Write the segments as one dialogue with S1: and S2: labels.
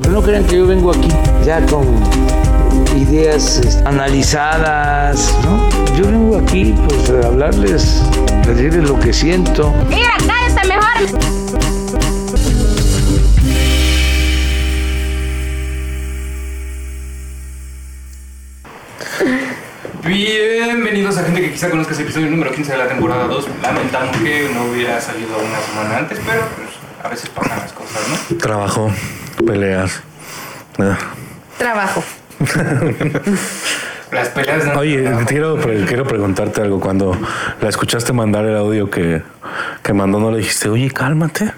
S1: Pero no crean que yo vengo aquí ya con ideas este, analizadas, ¿no? Yo vengo aquí pues a hablarles, a decirles lo que siento.
S2: Mira, cállate mejor.
S3: Bienvenidos a gente que quizá conozca este episodio número 15 de la temporada 2. Lamentamos que no hubiera salido una semana antes, pero pues, a veces pasan las cosas, ¿no?
S4: Trabajo, peleas. Ah.
S2: Trabajo.
S3: Las peleas no.
S4: Oye, eh, quiero, pre- quiero preguntarte algo. Cuando la escuchaste mandar el audio que, que mandó, no le dijiste, oye, cálmate.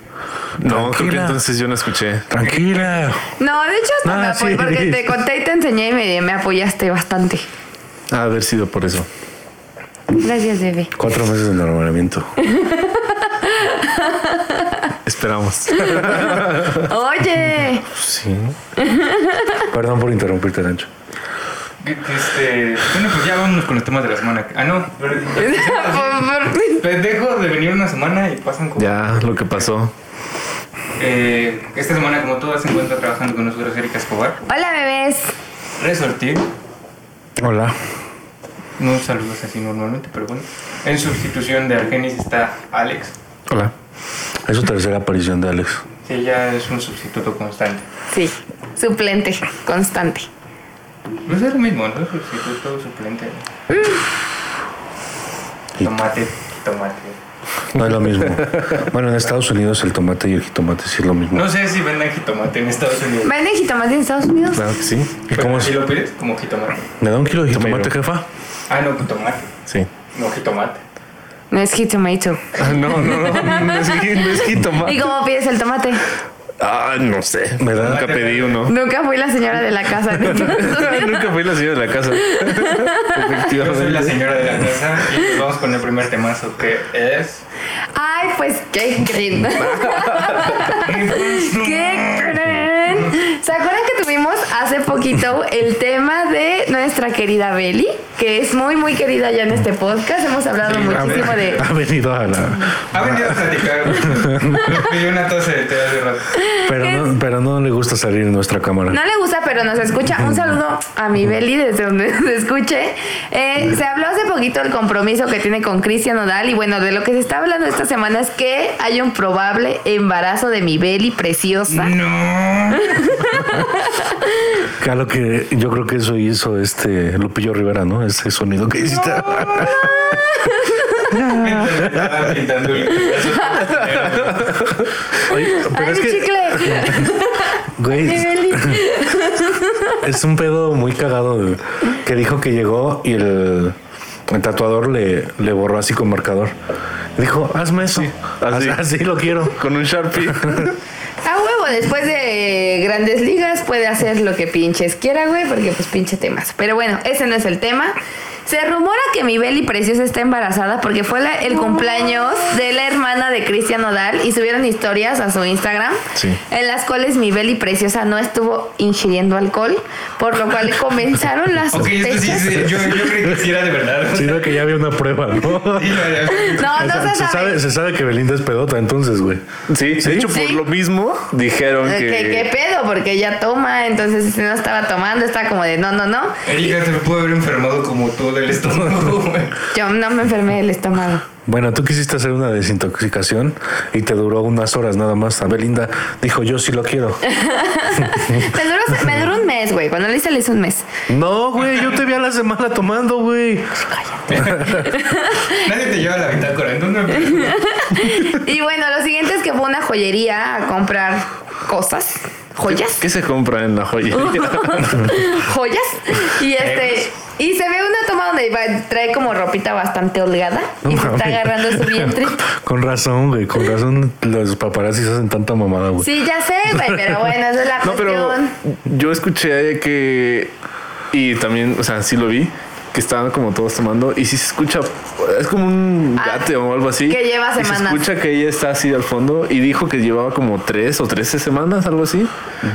S5: No, creo que
S4: Tranquila.
S5: entonces yo no escuché.
S4: Tranquila.
S2: No, de hecho, hasta
S4: Ah,
S2: me apoyé
S4: sí.
S2: porque te conté y te enseñé y me, me apoyaste bastante.
S5: Ha de haber sido por eso.
S2: Gracias, bebé.
S4: Cuatro meses de enamoramiento.
S5: Esperamos.
S2: Oye,
S4: Sí. Perdón por interrumpirte, Nacho.
S3: Este, bueno, pues ya vámonos con los temas de la semana. Ah, no. pero- Pendejo de venir una semana y pasan cosas.
S5: Ya, lo que pasó.
S3: Eh, esta semana, como todas, se encuentra trabajando con nosotros Erika Escobar.
S2: hola, bebés.
S3: Resortir.
S4: Hola.
S3: No saludos así normalmente, pero bueno. En sustitución de Argenis está Alex.
S4: Hola. Es su tercera aparición de Alex.
S3: que Ella es un sustituto constante.
S2: Sí, suplente, constante.
S3: Pues es lo mismo, ¿no? Sustituto, suplente. Tomate, tomate.
S4: No es lo mismo. Bueno, en Estados Unidos el tomate y el jitomate sí es lo mismo.
S3: No sé si venden jitomate en Estados Unidos.
S2: ¿Venden jitomate en Estados Unidos?
S5: Claro que sí.
S4: ¿Y cómo es?
S3: Si lo pides, como jitomate.
S4: ¿Me da un kilo de jitomate,
S5: Pero-
S4: jefa?
S3: Ah, no, jitomate.
S5: Sí.
S3: No, jitomate.
S2: No es jitomate.
S5: Ah, no, no, no. No es, no es
S2: ¿Y
S5: jitomate.
S2: cómo pides el tomate?
S5: Ah, no sé. Me da. Nunca pedí uno.
S2: Nunca fui la señora de la casa. de Estados Unidos.
S5: Nunca fui la señora de la casa.
S3: Yo soy la
S5: Efectivamente.
S3: señora de la casa y pues vamos con el primer temazo que es.
S2: Ay, pues, ¿qué creen? ¿Qué creen? ¿Se acuerdan que tuvimos hace poquito el tema de nuestra querida Beli? Que es muy, muy querida ya en este podcast. Hemos hablado
S3: Sí, a
S2: muchísimo de...
S4: Ha venido a la...
S3: Ha venido a platicar. Pidió una taza de té hace rato.
S4: Pero no, pero no le gusta salir en nuestra cámara.
S2: No le gusta, pero nos escucha. Un saludo a mi Beli desde donde se escuche. Eh, se habló hace poquito del compromiso que tiene con Cristian Odal. Y bueno, de lo que se está hablando esta semana es que hay un probable embarazo de mi Beli preciosa.
S3: No.
S4: Que a lo que yo creo que eso hizo este Lupillo Rivera, ¿no? Ese sonido que hiciste.
S3: Estaba pintando el
S4: Oye, pero
S2: ¡Ay,
S4: es
S2: mi
S4: que,
S2: chicle!
S4: güey,
S2: ¡Mi
S4: es-
S2: Beli!
S4: es un pedo muy cagado güey, que dijo que llegó y el, el tatuador le, le borró así con marcador. Dijo, hazme eso. así.
S5: así.
S4: así lo quiero.
S5: Con un Sharpie.
S2: A huevo, después de grandes ligas puede hacer lo que pinches quiera, güey, porque pues pinche temas. Pero bueno, ese no es el tema. Se rumora que mi Beli Preciosa está embarazada porque fue la- el cumpleaños de la hermana de Cristian Odal y subieron historias a su Instagram
S5: Sí.
S2: en las cuales mi Beli Preciosa no estuvo ingiriendo alcohol, por lo cual comenzaron las
S3: Ok, esto sí,
S2: sospechas.
S3: sí, yo, yo creí que sí era de verdad.
S4: Sino que ya había una prueba, ¿no?
S3: Sí, la verdad.
S2: No, no se
S4: Ah, se,
S2: sabe.
S4: sabe, se sabe que Belinda es pedota, entonces, güey.
S5: Sí, de hecho, por
S2: Sí.
S5: lo mismo dijeron
S2: Eh, ¿Qué, qué
S5: que.
S2: pedo? Porque ella toma, entonces si no estaba tomando, estaba como de no, no, no.
S3: Erika se pudo haber enfermado como tú del estómago, güey.
S2: Yo no me enfermé del estómago.
S4: Bueno, tú quisiste hacer una desintoxicación y te duró unas horas nada más. A Belinda dijo, yo sí lo quiero.
S2: Me duró, me duró un mes, güey. Cuando lo hice, le hice un mes.
S4: No, güey, yo te vi a la semana tomando, güey.
S3: Nadie te lleva a la bitácora, entonces no
S2: Y bueno, lo siguiente es que fue a una joyería a comprar cosas. Joyas.
S5: ¿Qué se compra en la joyería?
S2: Joyas. Y este. Y se ve una toma donde va- trae como ropita bastante holgada. Y se está agarrando su vientre.
S4: Con razón, güey, con razón los paparazzis hacen tanta mamada, güey.
S2: Sí, ya sé, güey. Pero bueno, esa es la
S5: No, pero
S2: cuestión.
S5: yo escuché que. Y también, o sea, sí lo vi. que estaban como todos tomando y si se escucha, es como un
S2: Ah,
S5: gate o algo así.
S2: que lleva
S5: y Se
S2: semanas.
S5: escucha que ella está así al fondo y dijo que llevaba como tres o trece semanas, algo así.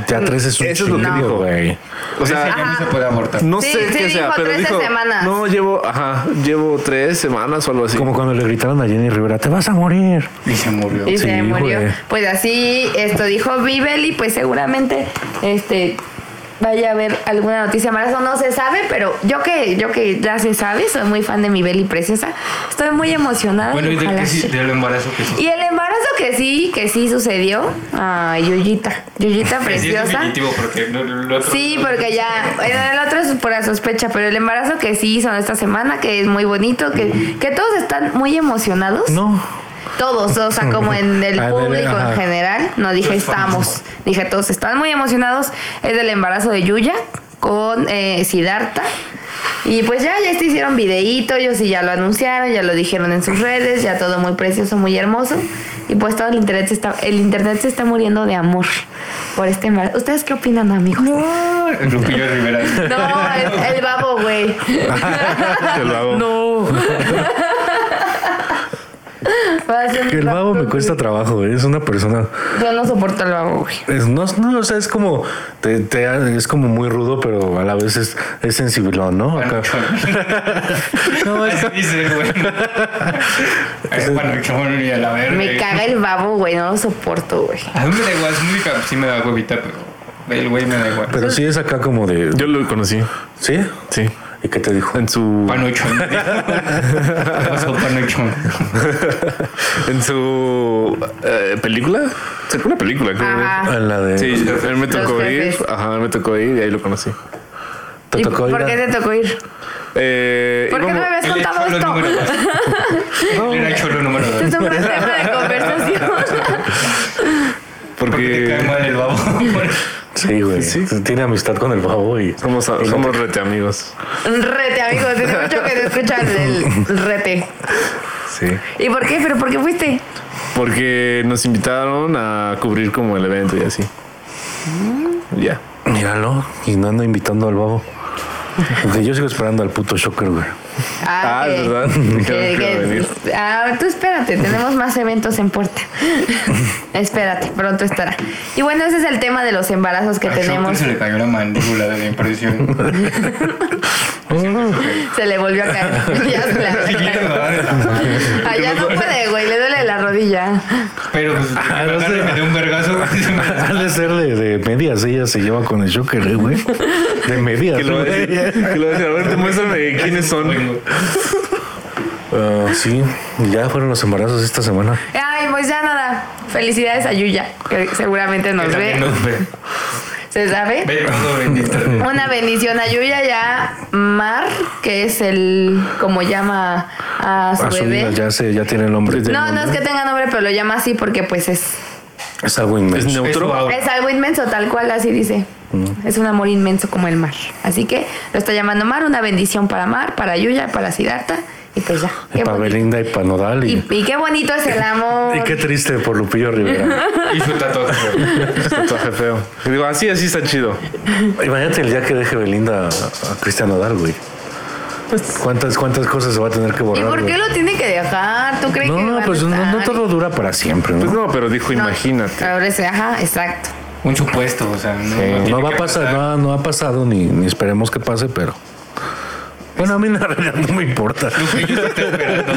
S4: Ya tres es un
S5: Eso es lo que
S4: chingo,
S5: dijo.
S4: güey.
S5: O sea,
S3: Dice que no se puede abortar.
S5: no
S2: Sí,
S5: sé
S2: sí
S5: qué
S2: dijo
S5: sea, pero
S2: 13
S5: dijo,
S2: semanas.
S5: no, llevo, ajá, llevo tres semanas o algo así.
S4: Como cuando le gritaron a Jenny Rivera, te vas a morir.
S3: Y se murió.
S2: Y
S4: Sí,
S2: se murió.
S4: güey.
S2: Pues así, esto dijo Bibeli, pues seguramente este vaya a haber alguna noticia más o no se sabe, pero yo que yo que ya se sabe, soy muy fan de mi Beli preciosa. Estoy muy emocionada.
S3: Bueno, y del,
S2: ojalá
S3: que sí-
S2: sí.
S3: del embarazo que sí.
S2: Y el embarazo que sí, que sí sucedió a Yuyita, Yuyita
S3: Sí, es
S2: preciosa.
S3: definitivo porque no- lo otro-
S2: Sí, porque ya, bueno, el otro es por la sospecha, pero el embarazo que sí hizo esta semana, que es muy bonito, que, que todos están muy emocionados.
S4: No.
S2: Todos, o sea, como en el
S4: Ah, de-
S2: público
S4: ajá.
S2: en general. No dije estamos, dije todos están muy emocionados. Es del embarazo de Yuya con eh, Siddhartha. Y pues ya, ya se hicieron videíto, ellos sí ya lo anunciaron, ya lo dijeron en sus redes, ya todo muy precioso, muy hermoso. Y pues todo el internet se está, el internet se está muriendo de amor por este embarazo. ¿Ustedes qué opinan, amigos? No,
S3: El Lupillo Rivera.
S2: el, el babo, güey.
S5: Te lo hago.
S4: No.
S2: Va a ser
S4: El vago me
S2: babo,
S4: cuesta trabajo, güey. Es una persona.
S2: güey. Yo no soporto el babo, güey.
S4: Es, no, no, o sea, es como. te- te- es como muy rudo, pero a la vez es, es sensibilón, ¿no? Acá. No, es-
S3: Ah, Así dice, güey. Es panochón y a la verga.
S2: Me caga el babo, güey, no lo soporto, güey.
S3: A mí me da igual, su música sí me da huevita, pero el güey me da igual.
S4: pero sí es acá como de.
S5: Yo lo conocí,
S4: ¿Sí?
S5: sí.
S4: ¿Y qué te dijo?
S5: En su
S3: Panochón. dijo. Pasó panochón.
S5: en su eh, película. Sacó una película, creo. ¿eh?
S2: Ajá.
S4: A la de.
S5: Sí, él me tocó
S2: Los
S5: ir.
S2: jefes.
S5: Ajá, me tocó ir y ahí lo conocí.
S4: ¿Te
S2: ¿Y
S4: tocó ir
S2: ¿Por
S4: a-
S2: qué te tocó ir?
S5: Eh,
S2: ¿Por qué no
S5: íbamos-
S2: me habías
S3: Él
S2: contado
S3: era cholo número
S2: esto?
S3: dos. Él era cholo número
S2: Este
S3: dos.
S2: es un buen tema de conversación.
S3: Porque te cae
S5: porque
S3: mal el babo.
S4: Sí, güey. Tiene amistad con el babo y.
S5: somos, somos rete amigos.
S2: rete, amigos. Tiene mucho que te escuchan el rete.
S5: Sí.
S2: ¿Y por qué? ¿Pero por qué fuiste?
S5: Porque nos invitaron a cubrir como el evento y así. Ya.
S4: Míralo. Y no ando invitando al babo. Porque yo sigo esperando al puto shocker, güey.
S5: Ah,
S2: que-
S5: ¿verdad?
S2: que-
S5: Dijeron que iba a venir.
S2: ah, tú espérate, tenemos más eventos en puerta. espérate, pronto estará. Y bueno, ese es el tema de los embarazos que
S3: A Shocker
S2: tenemos.
S3: se le cayó la mandíbula de la impresión.
S2: Se le volvió a caer. ya se la-
S3: Sí, me va a dar en la madre.
S2: Allá Ah, no puede, güey, le duele la rodilla.
S3: Pero pues, de
S4: no sé.
S3: verdad, me dio un vergazo. güey, se me-
S4: Ha de ser de, de medias, ella se lleva con el shocker, eh, güey. De medias,
S5: Que lo va a
S4: güey.
S5: decir. que lo va a decir. A ver, demuéstrame quiénes son.
S3: Güey,
S4: Ah, sí, ya fueron los embarazos esta semana.
S2: Ay, pues ya nada. Felicidades a Yuya, que seguramente nos
S3: también
S2: ve.
S3: nos ve.
S2: ¿Se sabe?
S3: Ve, todo bendito.
S2: Una bendición a Yuya ya. Mar, que es el, como llama a su
S4: A su vida
S2: bebé.
S4: Ah, ya, se, ya tiene el nombre.
S2: No, no es que tenga nombre, pero lo llama así porque pues es,
S4: Es algo inmenso.
S5: Es
S3: Es su
S5: neutro.
S3: aura.
S2: es algo inmenso, tal cual así dice.
S4: Mm.
S2: Es un amor inmenso como el mar. Así que lo está llamando Mar, una bendición para Mar, para Yuya, para Siddhartha y pues ya.
S4: Y
S2: Qué
S4: para
S2: bonito.
S4: Belinda y para Nodal.
S2: Y,
S4: Y,
S2: y qué bonito es el amor.
S4: y qué triste por Lupillo Rivera.
S3: Y su tatuaje. güey.
S5: Es tatuaje feo. Y digo, así, así está chido.
S4: Imagínate el día que deje Belinda a, a Cristian Nodal, güey. ¿Cuántas, ¿Cuántas cosas se va a tener que
S2: Pues ¿Y
S4: borrar?
S2: por
S4: güey?
S2: qué lo tiene que dejar? ¿Tú crees que
S4: no,
S2: van a
S4: pues no, no
S2: estar?
S4: todo dura para siempre, ¿no?
S5: Pues no, pero dijo,
S2: No,
S5: imagínate.
S2: Ahora es- ajá, exacto.
S3: Un supuesto, o sea. No,
S4: Eh,
S3: tiene
S4: no va a
S3: que
S4: pasar, no, no ha pasado ni, ni esperemos que pase, pero. Bueno, a mí la realidad no me importa.
S3: Lupillo se está esperando.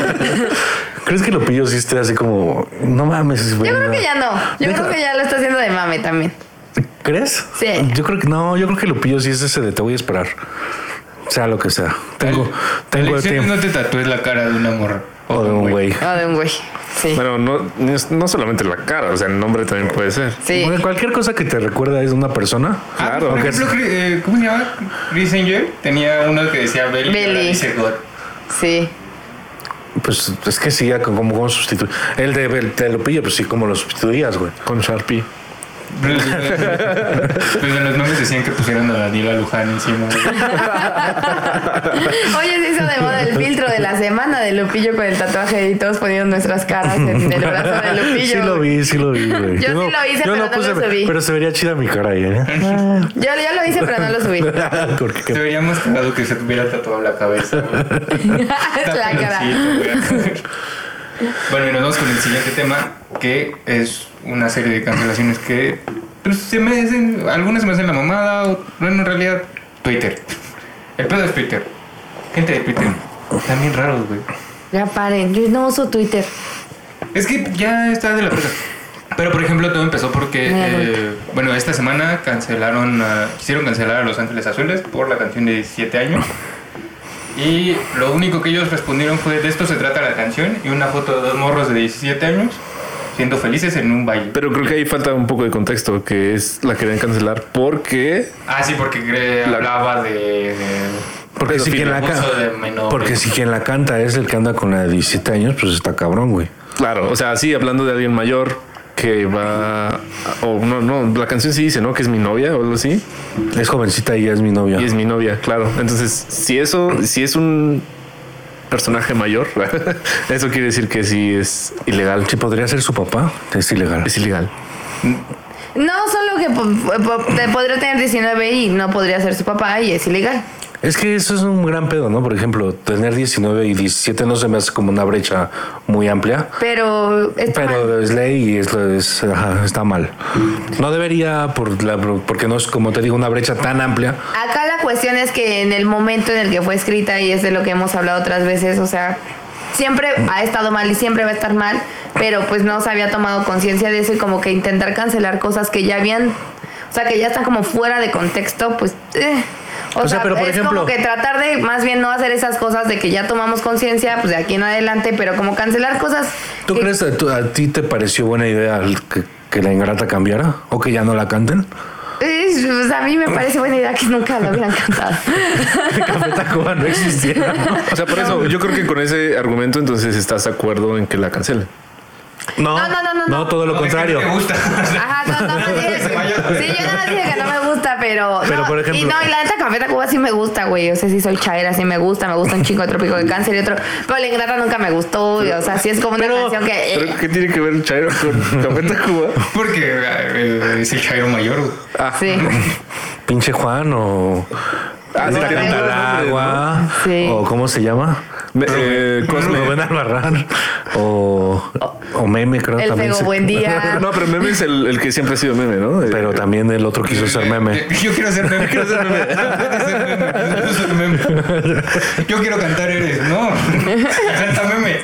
S4: ¿Crees que Lupillo sí esté así como, Pues no mames,
S2: Yo
S4: Belinda"?
S2: creo que ya no. Yo
S4: Deja-
S2: creo que ya lo está haciendo de mame también.
S4: ¿Crees?
S2: Sí.
S4: Yo creo que no, yo creo que Lupillo sí es ese de te voy a esperar. Sea lo que sea. Tengo, tengo el
S3: Elección que
S4: tiempo.
S3: no te tatúes la cara de una morra.
S4: O de un güey.
S2: No, de un güey. Sí.
S5: Bueno, no, no es- no solamente la cara, o sea, el nombre también puede ser.
S2: Sí.
S4: Bueno, cualquier cosa que te recuerda es de una persona.
S3: Ah,
S5: Claro.
S3: Por ejemplo, Cri- eh, ¿cómo se llama? Chris Angel tenía uno que decía Belly. y ahora
S2: Belly.
S3: Dice God.
S2: Sí.
S4: Pues es que sí, ya como, como sustituir. El de, el de Lupillo, pues sí, como lo sustituías, güey.
S5: Con Sharpie.
S3: Pues en los memes decían que pusieron a Daniela Luján encima. güey.
S2: Hoy se hizo de moda el filtro de la semana de Lupillo con el tatuaje y todos poniendo nuestras caras en el brazo de Lupillo.
S4: Sí lo vi, sí lo vi, güey.
S2: Yo sí lo hice, pero no lo subí.
S4: Pero se vería chida mi cara ahí, ¿eh?
S2: Yo, yo lo hice, pero no lo subí.
S3: Se
S4: Porque
S3: vería más cagado que se tuviera tatuado la cabeza. güey. Está
S2: la cara.
S3: peloncito, güey. Bueno, y nos vamos con el siguiente tema, que es una serie de cancelaciones que pues, se me hacen, algunas se me hacen la mamada, o, bueno, en realidad, Twitter. El pedo es Twitter. Gente de Twitter. También raros, güey.
S2: Ya paren, yo no uso Twitter.
S3: Es que ya está de la prensa. Pero por ejemplo, todo empezó porque,
S2: Muy
S3: eh, bueno, esta semana cancelaron, a- hicieron cancelar a Los Ángeles Azules por la canción de 17 años. Y lo único que ellos respondieron fue, de esto se trata la canción, y una foto de dos morros de 17 años siendo felices en un baile.
S5: Pero creo que ahí falta un poco de contexto, que es la querían cancelar porque
S3: Ah, sí, porque cre-
S5: La-
S3: hablaba de... de-
S4: porque si, quien la
S3: abuso de
S4: canta,
S3: menores.
S4: porque si quien la canta es el que anda con la de 17 años, pues está cabrón, güey.
S5: Claro, o sea, sí, hablando de alguien mayor que va. O no, no, la canción sí dice, ¿no? Que es mi novia o algo así.
S4: Es jovencita y ya es mi novia.
S5: Y es mi novia, claro. Entonces, si eso, si es un personaje mayor, eso quiere decir que sí es ilegal.
S4: Si podría ser su papá, es ilegal.
S5: Es ilegal.
S2: No, solo que po- po- te podría tener 19 y no podría ser su papá y es ilegal.
S4: Es que eso es un gran pedo, ¿no? Por ejemplo, tener 19 y 17 no se me hace como una brecha muy amplia.
S2: Pero está mal.
S4: Pero es ley y es, es- ajá, está mal. No debería, por la, porque no es, como te digo, una brecha tan amplia.
S2: Acá la cuestión es que en el momento en el que fue escrita, y es de lo que hemos hablado otras veces, o sea, siempre ha estado mal y siempre va a estar mal, pero pues no se había tomado conciencia de eso y como que intentar cancelar cosas que ya habían, o sea, que ya están como fuera de contexto, pues... eh. O,
S4: O sea,
S2: sea,
S4: pero, por
S2: es
S4: ejemplo-
S2: como que tratar de más bien no hacer esas cosas de que ya tomamos conciencia, pues de aquí en adelante, pero como cancelar cosas...
S4: ¿Tú
S2: que-
S4: crees que tú- a ti te pareció buena idea el que, que la ingrata cambiara o que ya no la canten?
S2: Eh, pues, a mí me parece buena idea que nunca lo hubieran cantado.
S4: Café Tacuba no existiera.
S5: O sea, por eso yo creo que con ese argumento entonces estás de acuerdo en que la cancelen.
S4: No,
S2: No, no, no, no, no.
S4: todo lo
S3: No, es que
S4: contrario.
S3: Me gusta.
S2: Ajá, no, no, no dije. Sí, yo no les dije que no me gusta, pero.
S4: Pero,
S2: no,
S4: por ejemplo-
S2: Y no, y la neta Café Tacuba sí me gusta, güey. O sea, sí soy chaira, sí me gusta, me gusta un chico de trópico de cáncer y otro. Pero la ingrata nunca me gustó, y, o sea, sí es como una canción que. eh,
S5: ¿Pero qué tiene que ver el Chairo con Café Tacuba?
S3: Porque eh, es el Chairo Mayor, güey.
S2: sí.
S4: Pinche Juan o.
S5: Ah, sí,
S4: Esta
S5: tiene un
S4: Cantalagua,
S2: Sí.
S4: o ¿cómo se llama?
S5: Me- eh, Cosme.
S4: Rubén Albarrán o, o Meme, creo
S2: El
S4: también.
S2: Fego
S4: se-
S2: Buen Día.
S5: No, pero meme es el, el que siempre ha sido meme, ¿no? Eh,
S4: Pero también el otro quiso ser meme.
S3: Yo, yo quiero ser meme, quiero ser meme. Quiero ser meme, quiero ser meme. Yo quiero cantar eres, no. Canta meme.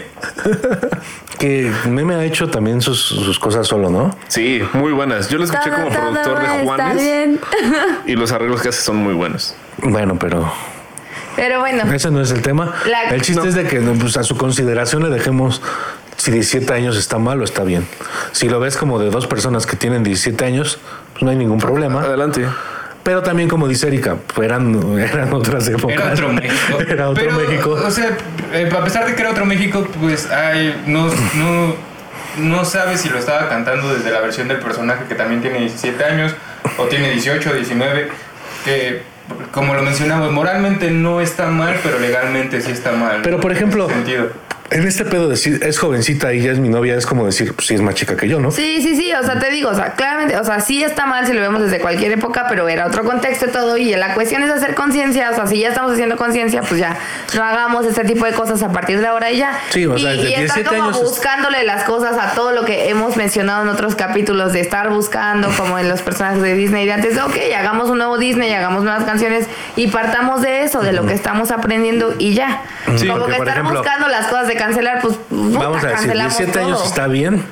S4: Que Meme ha hecho también sus, sus cosas solo, ¿no?
S5: Sí, muy buenas. Yo lo escuché como
S2: Todo, todo
S5: productor de
S2: va a estar
S5: Juanes
S2: bien.
S5: y los arreglos que hace son muy buenos.
S4: Bueno, pero
S2: Pero bueno,
S4: ese no es el tema.
S2: La-
S4: El chiste
S2: No.
S4: es de que pues, a su consideración le dejemos si 17 años está mal o está bien. Si lo ves como de dos personas que tienen 17 años, pues no hay ningún
S2: Ah.
S4: problema.
S5: Adelante.
S4: Pero también, como dice Erika, pues, eran, eran otras épocas.
S3: Era otro México.
S4: Era otro
S3: Pero,
S4: México.
S3: O sea, eh, a pesar de que era otro México, pues ay, no, no, no sabes si lo estaba cantando desde la versión del personaje que también tiene 17 años o tiene 18, 19, que como lo mencionamos, moralmente no está mal, pero legalmente sí está mal.
S4: Pero, por ejemplo,
S3: En ese sentido.
S4: En este pedo decir es jovencita y ya es mi novia es como decir, pues sí es más chica que yo, ¿no?
S2: Sí, sí, sí, o sea, te digo, o sea, claramente, o sea, sí está mal si lo vemos desde cualquier época, pero era otro contexto y todo, y la cuestión es hacer conciencia, o sea, si ya estamos haciendo conciencia, pues ya, no hagamos este tipo de cosas a partir de ahora y ya.
S4: Sí, o
S2: y,
S4: sea, desde
S2: y estar
S4: 17
S2: como
S4: años es-
S2: buscándole las cosas a todo lo que hemos mencionado en otros capítulos, de estar buscando, como en los personajes de Disney de antes, ok, hagamos un nuevo Disney, hagamos nuevas canciones, y partamos de eso, de lo que estamos aprendiendo y ya.
S4: Sí,
S2: como
S4: porque,
S2: que
S4: por
S2: estar
S4: ejemplo,
S2: buscando las cosas de cancelar, pues, puta,
S4: Vamos a decir,
S2: cancelamos
S4: 17 años
S2: todo.
S4: está bien,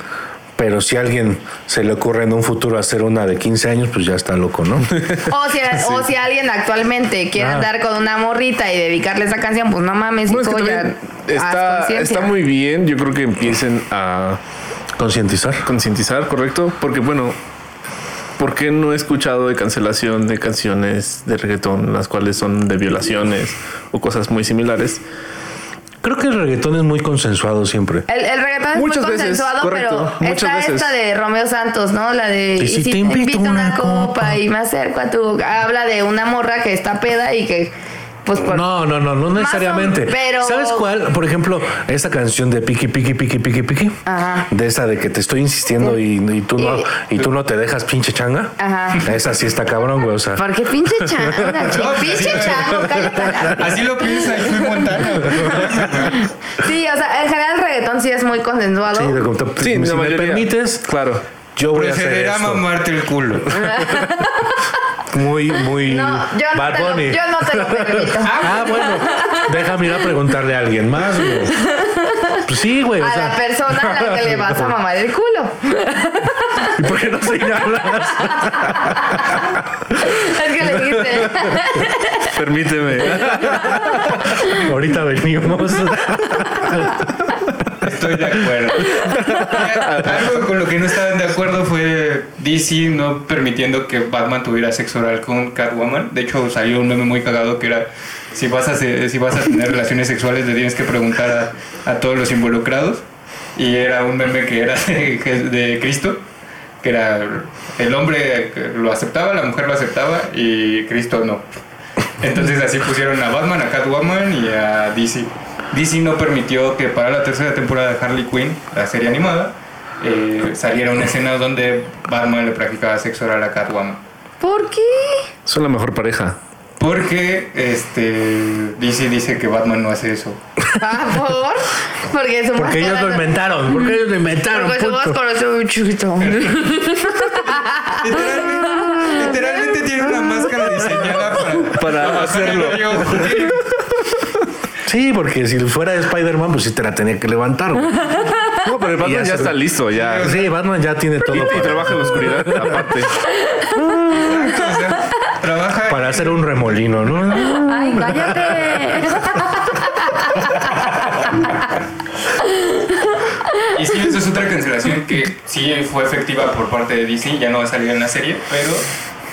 S4: pero si a alguien se le ocurre en un futuro hacer una de 15 años, pues ya está loco, ¿no?
S2: O si, o si alguien actualmente quiere
S4: Ah.
S2: andar con una morrita y dedicarle esa canción, pues no mames,
S5: No, es que
S2: hijo, ya
S5: también
S2: haz
S5: está,
S2: conciencia.
S5: está muy bien. Yo creo que empiecen a
S4: Concientizar.
S5: concientizar, ¿correcto? Porque, bueno, ¿por qué no he escuchado de cancelación de canciones de reggaetón, las cuales son de violaciones o cosas muy similares?
S4: Creo que el reggaetón es muy consensuado siempre.
S2: El, el reggaetón es
S5: Muchas
S2: muy
S5: veces,
S2: consensuado,
S5: correcto,
S2: pero
S5: muchas
S2: está
S5: veces.
S2: esta de Romeo Santos, ¿no? La de
S4: Y si te invito una
S2: copa,
S4: copa.
S2: y me acerco a tu habla de una morra que está peda y que pues por
S4: No, no, no, no necesariamente.
S2: o- pero-
S4: ¿Sabes cuál? Por ejemplo, esta canción de Piqui, Piqui, Piqui, Piqui, Piqui.
S2: Ajá.
S4: De esa de que te estoy insistiendo y, y tú no, y tú no te dejas, pinche changa.
S2: Ajá.
S4: Esa sí está cabrón, güey. O sea,
S2: porque pinche chango, pinche chango, cállate a la-
S3: Así lo piensa y fui montaña.
S2: Sí, o sea, en general el reggaetón sí es muy consensuado.
S4: sí, de como- si me permites,
S5: Claro.
S4: yo voy a hacer
S3: Procederá a
S4: esto.
S3: mamarte el culo.
S4: Muy, muy
S2: no, yo no,
S4: Bad
S2: te lo,
S4: Bunny.
S2: yo no te lo permito.
S4: Ah, bueno. Déjame ir a preguntarle a alguien más, güey. Pues sí, güey. O
S2: A la
S4: sea,
S2: persona a la que le vas a mamar el culo.
S4: ¿y por qué no señalas?
S2: Es que le dijiste.
S5: Permíteme.
S4: Ahorita venimos.
S3: Estoy de acuerdo. Algo con lo que no estaban de acuerdo fue DC no permitiendo que Batman tuviera sexo oral con Catwoman. De hecho, salió un meme muy cagado que era si vas a, se- si vas a tener relaciones sexuales le tienes que preguntar a, a todos los involucrados. Y era un meme que era de, Je- de Cristo, que era el hombre lo aceptaba, la mujer lo aceptaba y Cristo no. Entonces así pusieron a Batman, a Catwoman y a DC. DC no permitió que para la tercera temporada de Harley Quinn, la serie animada, eh, saliera una escena donde Batman le practicaba sexo oral a Catwoman.
S2: ¿Por qué?
S5: Son la mejor pareja.
S3: Porque este, DC dice que Batman no hace eso.
S2: Ah, ¿Por? Porque su
S4: Porque ellos lo
S2: máscara-
S4: inventaron. Porque ellos lo inventaron.
S2: Porque su voz
S4: punto.
S2: conoce un chiquito.
S3: Literalmente, literalmente tiene una máscara diseñada para,
S5: Para
S4: Ah,
S5: hacerlo.
S4: Sí, porque si fuera Spider-Man, pues sí te la tenía que levantar. güey.
S5: No, pero el Batman ya
S4: se-
S5: está listo, ya.
S4: Sí, Batman ya tiene todo
S5: Y
S4: para,
S5: trabaja en la oscuridad, aparte.
S3: Exacto, o sea, trabaja
S4: para hacer un remolino, ¿no?
S2: Ay, cállate.
S3: Y sí, eso es otra cancelación que sí fue efectiva por parte de DC, ya no va a salir en la serie, pero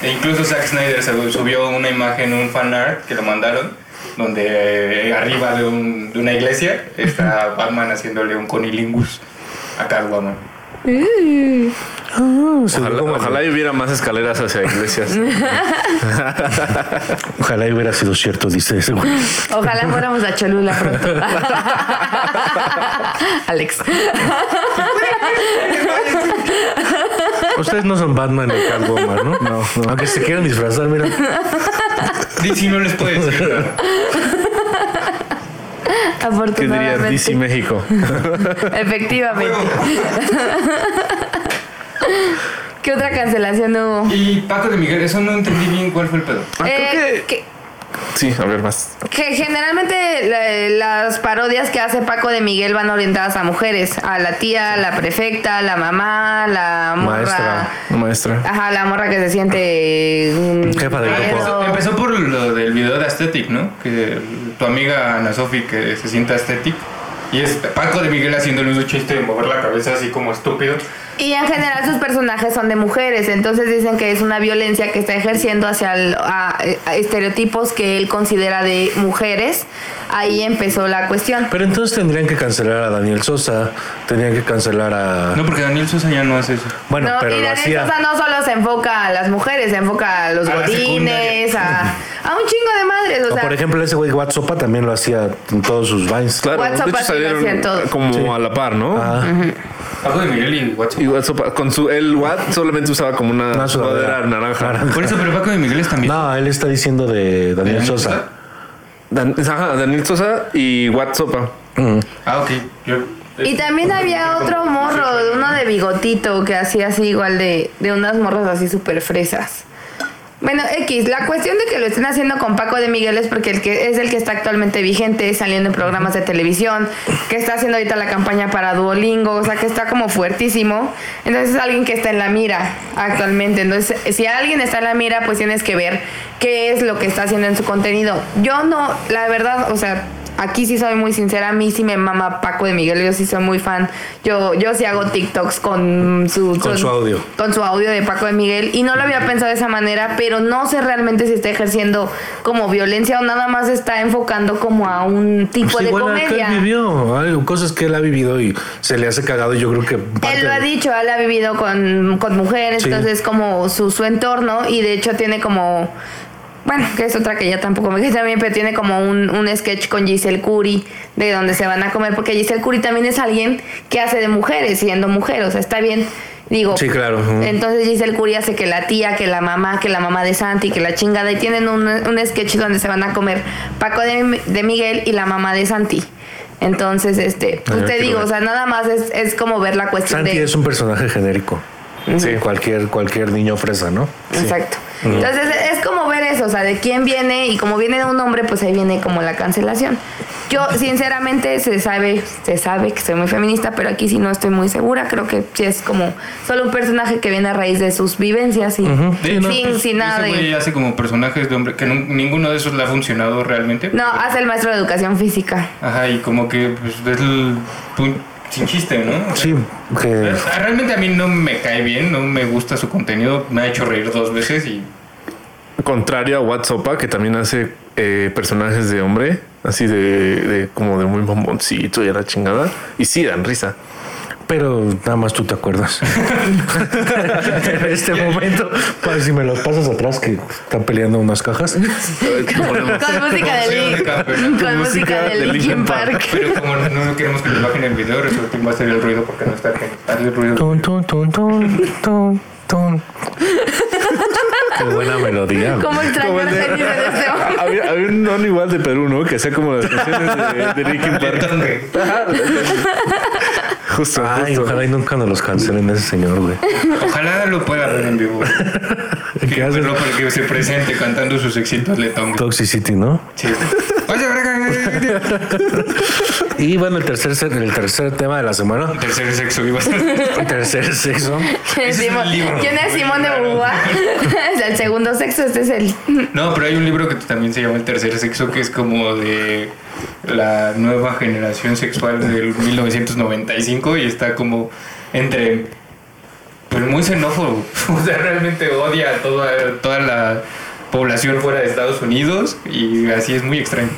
S3: e incluso Zack Snyder se- subió una imagen, un fan art que lo mandaron, donde eh, arriba de, un- de una iglesia está Batman haciéndole un conilingus a Catwoman.
S5: Ojalá, ojalá y hubiera más escaleras hacia iglesias.
S4: Ojalá y hubiera sido cierto, dice ese güey.
S2: Ojalá fuéramos a Cholula pronto. Alex.
S4: Ustedes no son Batman ni Catwoman, ¿no? No, Aunque se quieran disfrazar, mira.
S3: DC no les puede decir nada.
S5: ¿Qué diría
S2: Afortunadamente.
S5: DC México?
S2: Efectivamente.
S3: Luego,
S2: ¿Qué otra cancelación hubo?
S3: Y Paco de Miguel, eso no entendí bien cuál fue el pedo.
S5: Ah, creo
S2: Eh, que,
S5: Sí, a ver más.
S2: que generalmente la- las parodias que hace Paco de Miguel van orientadas a mujeres, a la tía, la prefecta, la mamá, la morra.
S4: Maestra.
S5: Maestra.
S2: Ajá, la morra que se siente mm,
S4: Jefa de
S3: Ah,
S4: grupo.
S3: empezó, empezó por lo del video de Aesthetic, ¿no? Que tu amiga Ana Sofi que se sienta Aesthetic. Y es Paco de Miguel haciéndole un chiste de mover la cabeza así como estúpido.
S2: Y en general sus personajes son de mujeres, entonces dicen que es una violencia que está ejerciendo hacia el- a- a estereotipos que él considera de mujeres. Ahí empezó la cuestión.
S4: Pero entonces tendrían que cancelar a Daniel Sosa, tendrían que cancelar a.
S3: No, porque Daniel Sosa ya no hace eso.
S4: Bueno,
S2: No,
S4: pero
S2: y
S4: lo
S2: Daniel
S4: hacía.
S2: Sosa no solo se enfoca a las mujeres, se enfoca a los
S3: A la
S2: godines, a, a un chingo de madres. O
S4: O,
S2: sea,
S4: por ejemplo, ese güey WhatsApp también lo hacía en todos sus vines. Ah,
S5: Claro,
S2: WhatsApp
S5: de hecho
S2: así lo hacían
S5: salieron
S2: todos.
S5: como a la par, ¿no?
S3: Paco de Miguel y WhatsApp.
S5: Y WhatsApp, con su el Watt solamente usaba como una,
S4: Una sudadera.
S5: sudadera naranja.
S3: Por eso, pero Paco de Miguel es también.
S4: No, él está diciendo de Daniel Sosa.
S5: Dan- ajá, Daniel Sosa y WhatsApp.
S3: Ah, ok. Yo,
S2: Y también había otro morro, uno de bigotito, que hacía así igual de, de unas morras así súper fresas. Bueno, X, la cuestión de que lo estén haciendo con Paco de Miguel es porque el que es el que está actualmente vigente, saliendo en programas de televisión, que está haciendo ahorita la campaña para Duolingo, o sea que está como fuertísimo. Entonces es alguien que está en la mira actualmente. Entonces, si alguien está en la mira, pues tienes que ver qué es lo que está haciendo en su contenido. Yo no, la verdad, o sea, Aquí sí soy muy sincera, a mí sí me mama Paco de Miguel, yo sí soy muy fan. Yo, yo sí hago TikToks con su,
S4: Con su audio.
S2: Con su audio de Paco de Miguel. Y no lo había pensado de esa manera, pero no sé realmente si está ejerciendo como violencia o nada más está enfocando como a un tipo
S4: Pues
S2: de
S4: igual acá
S2: comedia.
S4: él vivió algo, cosas que él ha vivido y se le hace cagado. y Yo creo que parte
S2: Él lo ha
S4: de-
S2: dicho, él ha vivido con, con mujeres,
S4: Sí.
S2: entonces como su, su entorno y de hecho tiene como, bueno, que es otra que ya tampoco me queda bien, pero tiene como un, un sketch con Giselle Curry de donde se van a comer, porque Giselle Curry también es alguien que hace de mujeres, siendo mujer, o sea, está bien, digo.
S4: Sí, claro. ujú.
S2: Entonces Giselle Curry hace que la tía, que la mamá, que la mamá de Santi, que la chingada. Y tienen un, un sketch donde se van a comer Paco de, de Miguel y la mamá de Santi. Entonces, este, pues
S4: Ah,
S2: te
S4: quiero
S2: digo,
S4: ver.
S2: o sea, nada más es, es como ver la cuestión
S4: Santi
S2: de...
S4: es un personaje genérico.
S5: Sí.
S4: Cualquier, cualquier niño fresa, ¿no?
S2: Exacto. Entonces es es como ver eso, o sea, de quién viene y como viene de un hombre, pues ahí viene como la cancelación. Yo sinceramente se sabe, se sabe que soy muy feminista, pero aquí sí no estoy muy segura, creo que sí es como solo un personaje que viene a raíz de sus vivencias y
S3: De hecho,
S2: sin, sin nada
S3: Ese
S2: de...
S3: güey hace como personajes de hombre que nun- ninguno de esos le ha funcionado realmente.
S2: No, hace el maestro de educación física.
S3: Ajá, y como que pues, es el pun- sin chiste, ¿no?
S4: Sí, que
S3: Pues, Realmente a mí no me cae bien, no me gusta su contenido, me ha hecho reír dos veces y
S5: Contrario a WhatsApp, que también hace eh, personajes de hombre, así de, de- como de muy bomboncito y a la chingada. Y sí dan risa.
S4: Pero nada más tú te acuerdas. en este momento, pues, si me los pasas atrás, que están peleando unas cajas.
S2: Con música de Link. Con música de Linkin Park.
S3: pero como no, no queremos que le bajen el video, resulta que va a ser el ruido porque no está bien. Hazle ruido.
S4: Tun, tun, tun, tun, tun, tun. Qué buena melodía. güey.
S2: ¿Cómo extraño
S5: Como el
S2: la
S5: de-
S2: serie de este hombre?
S5: había, había un non igual de Perú, ¿no? Que hacía como las canciones de, de Linkin Park.
S3: Entonces,
S5: Justo,
S4: Ay,
S5: justo.
S4: ojalá y nunca nos los cancelen ese señor, güey.
S3: Ojalá lo pueda ver en vivo.
S4: ¿Qué
S3: Que
S4: haces?
S3: verlo porque se presente cantando sus éxitos de Tongue.
S4: Toxicity, ¿no?
S3: Sí. Oye, verga,
S4: Y bueno, el tercer, se- el tercer tema de la semana,
S3: Tercer sexo, iba a ser.
S4: el tercer sexo.
S2: ¿Quién es
S3: Ese es un
S2: Simón-
S3: libro,
S2: ¿Quién es
S3: güey,
S2: Simón de
S3: claro.
S2: Beauvoir? Es el segundo sexo, este es el...
S3: No, pero hay un libro que también se llama El Tercer Sexo, que es como de la nueva generación sexual del 1995 y está como entre... Pues muy xenófobo. O sea, realmente odia a toda, toda la población fuera de Estados Unidos y así es muy extraño.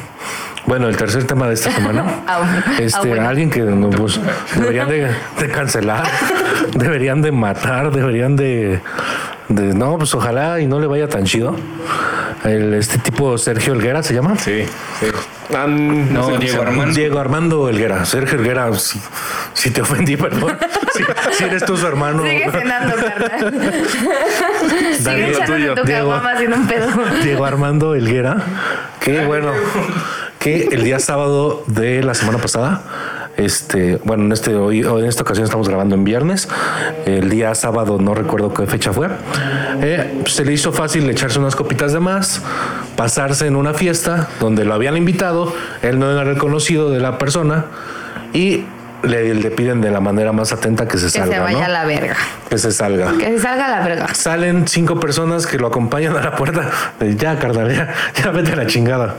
S4: Bueno, el tercer tema de esta semana.
S2: Ah, bueno. Ah,
S4: Este,
S2: bueno.
S4: alguien que no, pues, deberían de, de cancelar, deberían de matar, deberían de, de- No, pues ojalá y no le vaya tan chido. El, este tipo Sergio Helguera se llama.
S5: Sí, sí. Ah, no,
S3: No,
S5: sé cómo se
S3: Diego
S5: llama.
S3: Armando.
S4: Diego Armando Helguera. Sergio Helguera, si, si te ofendí, perdón. Si, si eres tú su hermano.
S2: Sigue cenando, carnal. Sigue
S4: Daniel, lo
S2: echando
S5: tuyo,
S2: tu
S4: Diego.
S2: caguama haciendo un pedo.
S4: Diego Armando Helguera, que bueno, que el día sábado de la semana pasada, este, bueno, en este hoy, hoy en esta ocasión estamos grabando en viernes, el día sábado no recuerdo qué fecha fue, eh, se le hizo fácil echarse unas copitas de más, pasarse en una fiesta donde lo habían invitado, él no era reconocido de la persona y le, le piden de la manera más atenta que se
S2: Que
S4: salga,
S2: se vaya
S4: ¿no?
S2: a la verga.
S4: que se salga.
S2: Que se salga a la verga.
S4: Salen cinco personas que lo acompañan a la puerta. De, ya, carnal, ya, ya vete a la chingada.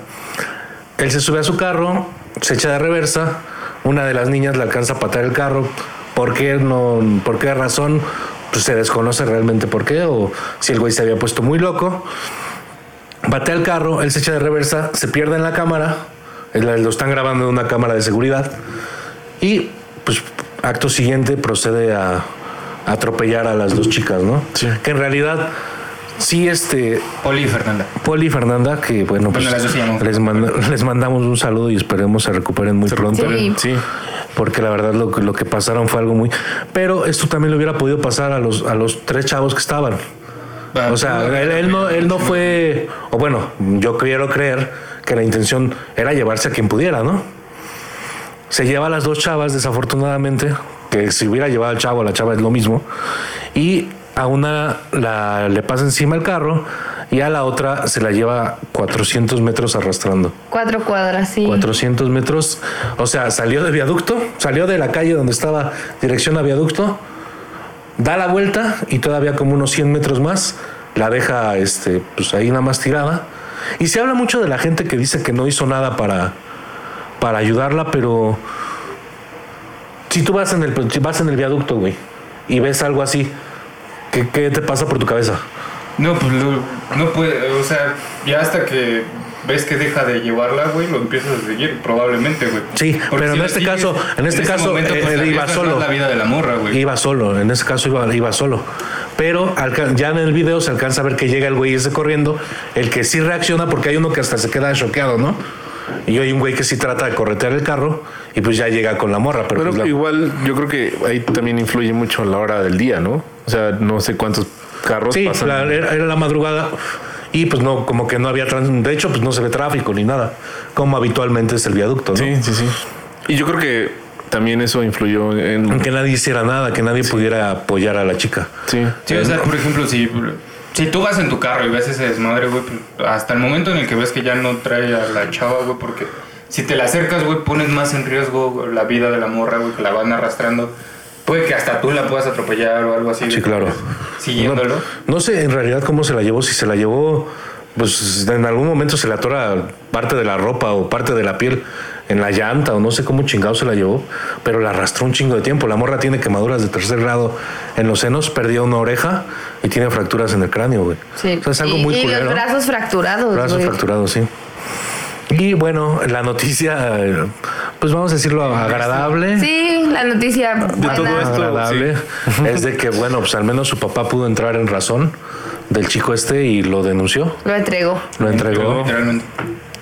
S4: Él se sube a su carro, se echa de reversa. Una de las niñas le alcanza a patear el carro. ¿Por qué, no, por qué razón? Pues se desconoce realmente por qué o si el güey se había puesto muy loco. Patea el carro, él se echa de reversa, se pierde en la cámara. la- Lo están grabando en una cámara de seguridad. Y pues acto siguiente procede a a atropellar a las dos chicas, ¿no?
S5: Sí.
S4: Que en realidad sí este
S3: Poli y Fernanda.
S4: Poli y Fernanda que bueno, pues,
S3: Bueno, las dos se llaman.
S4: les, manda- les mandamos un saludo y esperemos se recuperen muy pronto.
S2: recuperen.
S5: Sí.
S4: Porque la verdad lo, que- lo que pasaron fue algo muy... Pero esto también le hubiera podido pasar a los, a los tres chavos que estaban. O sea, él, él no, él no fue... O bueno, yo quiero creer que la intención era llevarse a quien pudiera, ¿no? Se lleva a las dos chavas, desafortunadamente, que si hubiera llevado al chavo, a la chava es lo mismo. Y a una la- le pasa encima el carro y a la otra se la lleva 400 metros arrastrando.
S2: Cuatro cuadras, sí.
S4: 400 metros. O sea, salió de viaducto, salió de la calle donde estaba dirección a viaducto, da la vuelta y todavía como unos 100 metros más la deja este, pues ahí nada más tirada. Y se habla mucho de la gente que dice que no hizo nada para, para ayudarla, pero si tú vas en el si vas en el viaducto, güey, y ves algo así, ¿qué, qué te pasa por tu cabeza?
S3: No, pues lo- no puede, o sea, ya hasta que ves que deja de llevarla, güey, lo empiezas a seguir, probablemente, güey.
S4: Sí, pero en
S3: la
S4: este
S3: sigues,
S4: caso- en este
S3: ese
S4: caso, eh,
S3: pues,
S4: él
S3: la
S4: iba
S3: riesgas
S4: solo.
S3: más la vida de la morra, güey.
S4: Iba solo, en ese caso iba, iba solo. Pero alca- ya en el video se alcanza a ver que llega el güey ese corriendo, el que sí reacciona porque hay uno que hasta se queda choqueado, ¿no? Y hay un güey que sí trata de corretear el carro y pues ya llega con la morra. Pero,
S5: Pero
S4: pues la-
S5: igual yo creo que ahí también influye mucho la hora del día, ¿no? O sea, no sé cuántos carros
S4: sí,
S5: pasan.
S4: la- era, era la madrugada y pues no, como que no había, tran- de hecho pues no se ve tráfico ni nada, como habitualmente es el viaducto, ¿no?
S5: Sí, sí, sí. Y yo creo que también eso influyó en...
S4: Que nadie hiciera nada, que nadie pudiera apoyar a la chica.
S5: Sí.
S3: Sí,
S4: eh,
S3: o sea, por ejemplo, si, si tú vas en tu carro y ves ese desmadre, güey, pues, hasta el momento en el que ves que ya no trae a la chava, güey, porque si te la acercas, güey, pones más en riesgo güey, la vida de la morra, güey, que la van arrastrando. Puede que hasta tú la puedas atropellar o algo así.
S4: Ah, Sí,
S3: güey,
S4: claro.
S3: Siguiéndolo.
S4: No, no sé en realidad cómo se la llevó, si se la llevó, pues en algún momento se le atora parte de la ropa o parte de la piel en la llanta o no sé cómo chingado se la llevó, pero la arrastró un chingo de tiempo. La morra tiene quemaduras de tercer grado en los senos, perdió una oreja y tiene fracturas en el cráneo, güey.
S2: Sí.
S4: O sea, es algo
S2: y,
S4: muy
S2: y
S4: culero.
S2: los brazos fracturados.
S4: Brazos
S2: güey.
S4: fracturados, sí. Y bueno, la noticia, eh, pues vamos a decirlo agradable.
S2: Sí, la noticia. buena.
S5: todo esto.
S4: agradable es de que, bueno, pues al menos su papá pudo entrar en razón del chico este y lo denunció,
S2: Lo entregó.
S4: lo entregó.
S3: Literalmente.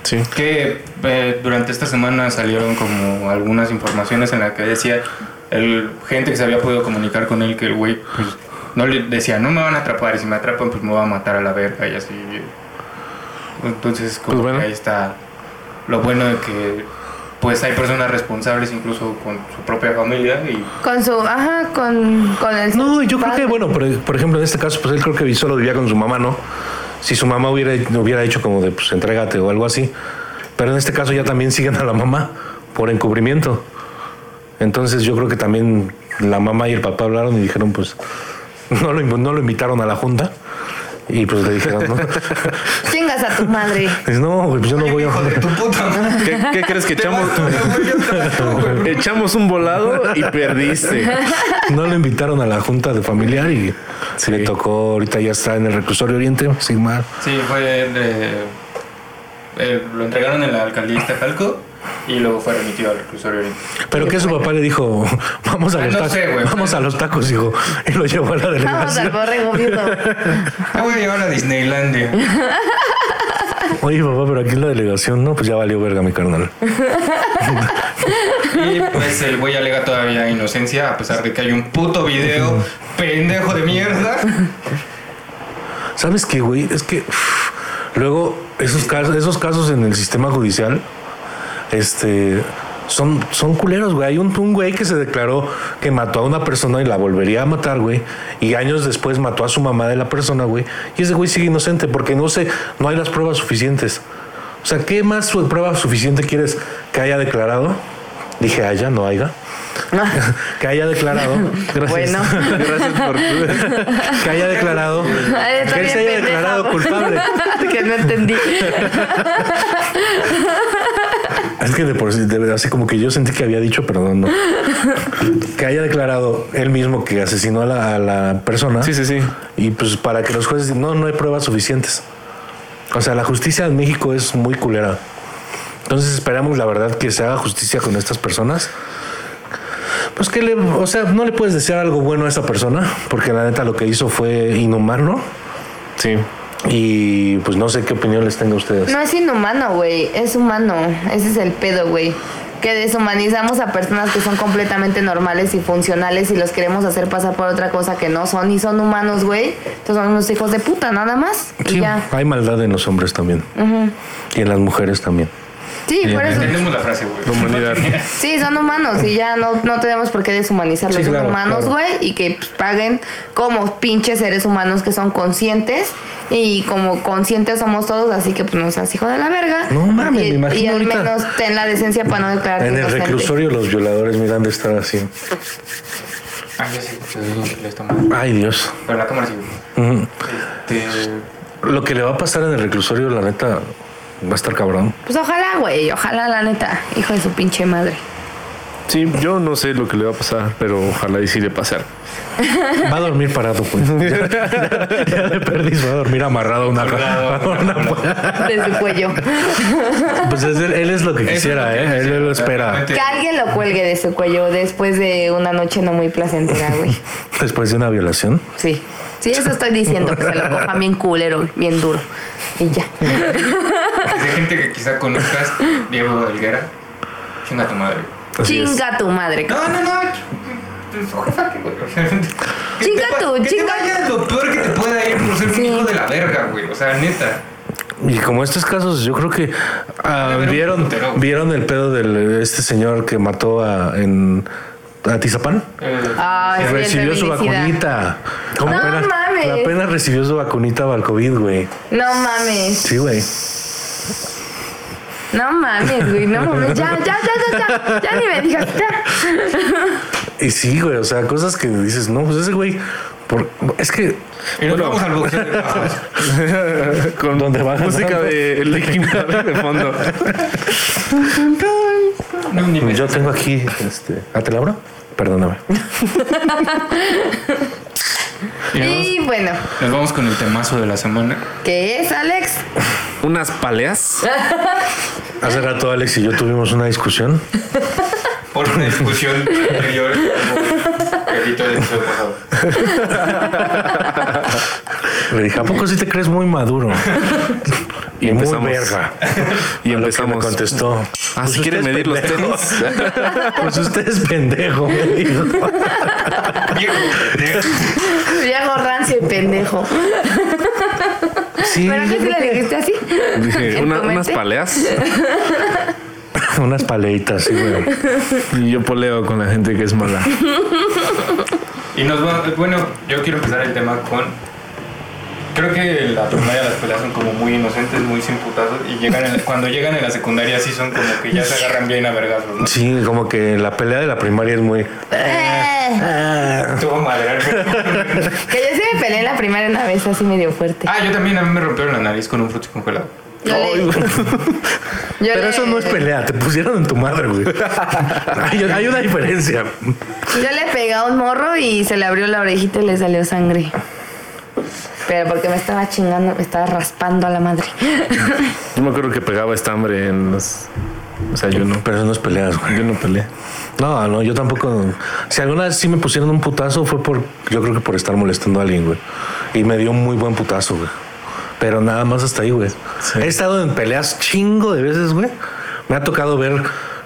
S5: Sí.
S3: Que eh, durante esta semana salieron como algunas informaciones en la que decía el gente que se había podido comunicar con él que el güey pues, no le decía no me van a atrapar y si me atrapan pues me va a matar a la verga y así. Entonces como
S5: Pues bueno.
S3: que ahí está lo bueno de que pues hay personas responsables incluso con su propia familia y
S2: Con su. Ajá, con, con el.
S4: No, yo creo que,
S2: padre.
S4: bueno, por, por ejemplo, en este caso, pues él creo que solo vivía con su mamá, ¿no? Si su mamá hubiera, hubiera hecho como de, pues entrégate o algo así. Pero en este caso ya también siguen a la mamá por encubrimiento. Entonces yo creo que también la mamá y el papá hablaron y dijeron, pues, no lo, inv- no lo invitaron a la junta. Y pues le dijeron, no,
S2: Chingas a tu madre.
S4: Dice, no, güey, pues yo no voy a...
S5: ¿Qué, qué crees que echamos? Echamos un volado y perdiste.
S4: No lo invitaron a la junta de familiar y le tocó. Ahorita ya está en el reclusorio Oriente, Sigmar.
S3: Sí, fue. eh, eh, lo entregaron en la alcaldía de Iztacalco y luego fue remitido al reclusorio oriente.
S4: Pero que su papá le dijo, vamos a
S3: Ah,
S4: los
S3: no
S4: tacos,
S3: sé, güey.
S4: vamos a los tacos, hijo, y lo llevó a la
S2: Vamos al
S4: delegación.
S2: borrego viudo.
S3: Ah, voy a llevar a Disneylandia.
S4: Oye, papá, pero aquí en la delegación, no, pues ya valió verga mi carnal.
S3: Y pues el güey alega todavía inocencia, a pesar de que hay un puto video pendejo de mierda.
S4: ¿Sabes qué, güey? Es que uf, luego esos casos, esos casos en el sistema judicial, este, son, son culeros, güey. Hay un, un güey que se declaró que mató a una persona y la volvería a matar, güey. Y años después mató a su mamá de la persona, güey. Y ese güey sigue inocente porque no sé, no hay las pruebas suficientes. O sea, ¿qué más su- prueba suficiente quieres que haya declarado? Dije, haya, no haya. que haya declarado. Gracias.
S2: Bueno.
S5: Gracias por
S4: que haya declarado.
S2: Ay, está
S4: que él se
S2: bien
S4: haya
S2: pendeja,
S4: declarado
S2: güey.
S4: culpable.
S2: que no entendí.
S4: Es que de por sí, de verdad, así como que yo sentí que había dicho, perdón, no. Que haya declarado él mismo que asesinó a la, a la persona.
S5: Sí, sí, sí.
S4: Y pues para que los jueces digan, no, no hay pruebas suficientes. O sea, la justicia en México es muy culera. Entonces esperamos, la verdad, que se haga justicia con estas personas. Pues que le, o sea, no le puedes desear algo bueno a esa persona, porque la neta lo que hizo fue inhumano.
S5: Sí.
S4: Y pues no sé qué opinión les tenga a ustedes.
S2: No es inhumano, güey. Es humano. Ese es el pedo, güey. Que deshumanizamos a personas que son completamente normales y funcionales y los queremos hacer pasar por otra cosa que no son y son humanos, güey. Entonces son unos hijos de puta, nada más. Y
S4: Sí,
S2: ya.
S4: hay maldad en los hombres también. Y en las mujeres también.
S2: Sí, por eso.
S3: Entendemos la frase, güey.
S5: La humanidad.
S2: Sí, son humanos y ya no, no tenemos por qué deshumanizarlos.
S4: Sí, claro,
S2: son humanos,
S4: claro.
S2: güey, y que pues, paguen como pinches seres humanos que son conscientes. Y como conscientes somos todos, así que pues no seas hijo de la verga.
S4: No mames,
S2: y,
S4: me imagino
S2: Y al
S4: ahorita.
S2: menos ten la decencia para no declararte
S4: En el
S2: inocente.
S4: reclusorio los violadores miran de estar así.
S3: Ah, ya sé, te digo que le está mal.
S4: Ay Dios.
S3: Pero la cámara sí.
S4: Ujú.
S3: Este,
S4: Lo que le va a pasar en el reclusorio, la neta, Va a estar cabrón.
S2: Pues ojalá, güey, ojalá, la neta, hijo de su pinche madre.
S5: Sí, yo no sé lo que le va a pasar, pero ojalá y sí le pasar.
S4: Va a dormir parado, pues. Ya, ya- ya de perdiz va a dormir amarrado a una, a una
S2: De su cuello.
S4: Pues es- él es lo que quisiera, ¿eh? Él, él lo espera.
S2: Que alguien lo cuelgue de su cuello después de una noche no muy placentera, güey.
S4: Después de una violación.
S2: Sí. Sí, eso estoy diciendo, que se lo cojan bien culero, bien duro. Y ya.
S3: De gente que quizá conozcas, Diego Helguera. Chinga tu madre.
S5: Así es.
S2: Chinga tu madre.
S3: No, no, no. Ojéfate, güey. Que
S2: Chinga
S3: te va-
S2: tú,
S3: que
S2: chinga-
S3: Te vaya lo peor que te pueda ir por ser un
S2: Sí.
S3: hijo de la verga, güey. O sea, neta.
S4: Y como estos casos, yo creo que ah,
S3: Pero,
S4: vieron,
S3: pero-
S4: vieron el pedo del- de este señor que mató a, en Atizapán.
S3: Eh,
S2: Ah, sí, el
S4: Recibió su
S2: feminicida.
S4: vacunita.
S2: ¿Cómo? No mames.
S4: apenas recibió su vacunita para el COVID, güey.
S2: No mames.
S4: Sí, güey.
S2: No mames, güey. No mames. Ya, ya, ya, ya, ya. Ya ni me digas. Ya.
S4: Y sí, güey. O sea, cosas que dices, no, pues ese güey. por- es que
S3: y nos vamos al boxeo de brazos.
S5: Con
S4: ¿Dónde va
S5: música
S4: ganando?
S5: de Linkin Park de fondo.
S3: No, ni me-
S4: yo tengo aquí. Este, ¿Ah, te la abro? Perdóname.
S2: Y bueno,
S3: Nos vamos con el temazo de la semana.
S2: ¿qué es, Alex?
S5: Unas paleas.
S4: Hace rato Alex y yo tuvimos una discusión.
S3: Por una discusión anterior. Repito el episodio pasado.
S4: Le dije, ¿a poco sí te crees muy maduro?
S5: Y
S4: Y, muy
S5: empezamos.
S4: verga.
S5: Y
S4: A lo que me
S5: empezamos.
S4: contestó.
S5: Ah, si
S4: "Pues
S5: quieren
S4: usted es
S5: medir los
S4: pendejo".
S5: tenis.
S4: Pues usted es pendejo, me dijo.
S3: Diego, pendejo.
S2: Viejo rancio y pendejo.
S4: Sí,
S2: ¿Pero qué si le dijiste así?
S5: Dije,
S2: ¿En
S5: "Una-
S2: tu
S5: unas
S2: mente?
S5: paleas.
S4: unas paleitas, sí, güey.
S5: Y yo poleo con la gente que es mala.
S3: Y nos va, bueno, yo quiero empezar el tema con. Creo que la primaria las peleas son como muy inocentes, muy sin putazos. Y llegan en- cuando llegan en la secundaria sí son como que ya se agarran bien a vergazos, ¿no?
S4: Sí, como que la pelea de la primaria es muy.
S2: Eh,
S4: Ah,
S3: Te voy a madrear.
S2: que yo sí me peleé en la primera una vez así medio fuerte.
S3: Ah, yo también a mí me rompieron la nariz con un fruto congelado.
S2: Yo le- yo
S4: Pero
S2: le-
S4: eso no es pelea, te pusieron en tu madre, güey. Hay, hay una diferencia.
S2: Yo le pegué a un morro y se le abrió la orejita y le salió sangre. Pero porque me estaba chingando, me estaba raspando a la madre.
S5: Yo me acuerdo que pegaba estambre en los. O sea, yo no.
S4: Pero eso no es peleas, güey.
S5: Yo no peleé.
S4: No, no, yo tampoco. Si alguna vez sí me pusieron un putazo fue por, yo creo que por estar molestando a alguien, güey. Y me dio un muy buen putazo, güey. Pero nada más hasta ahí, güey. He estado en peleas chingo de veces, güey. Me ha tocado ver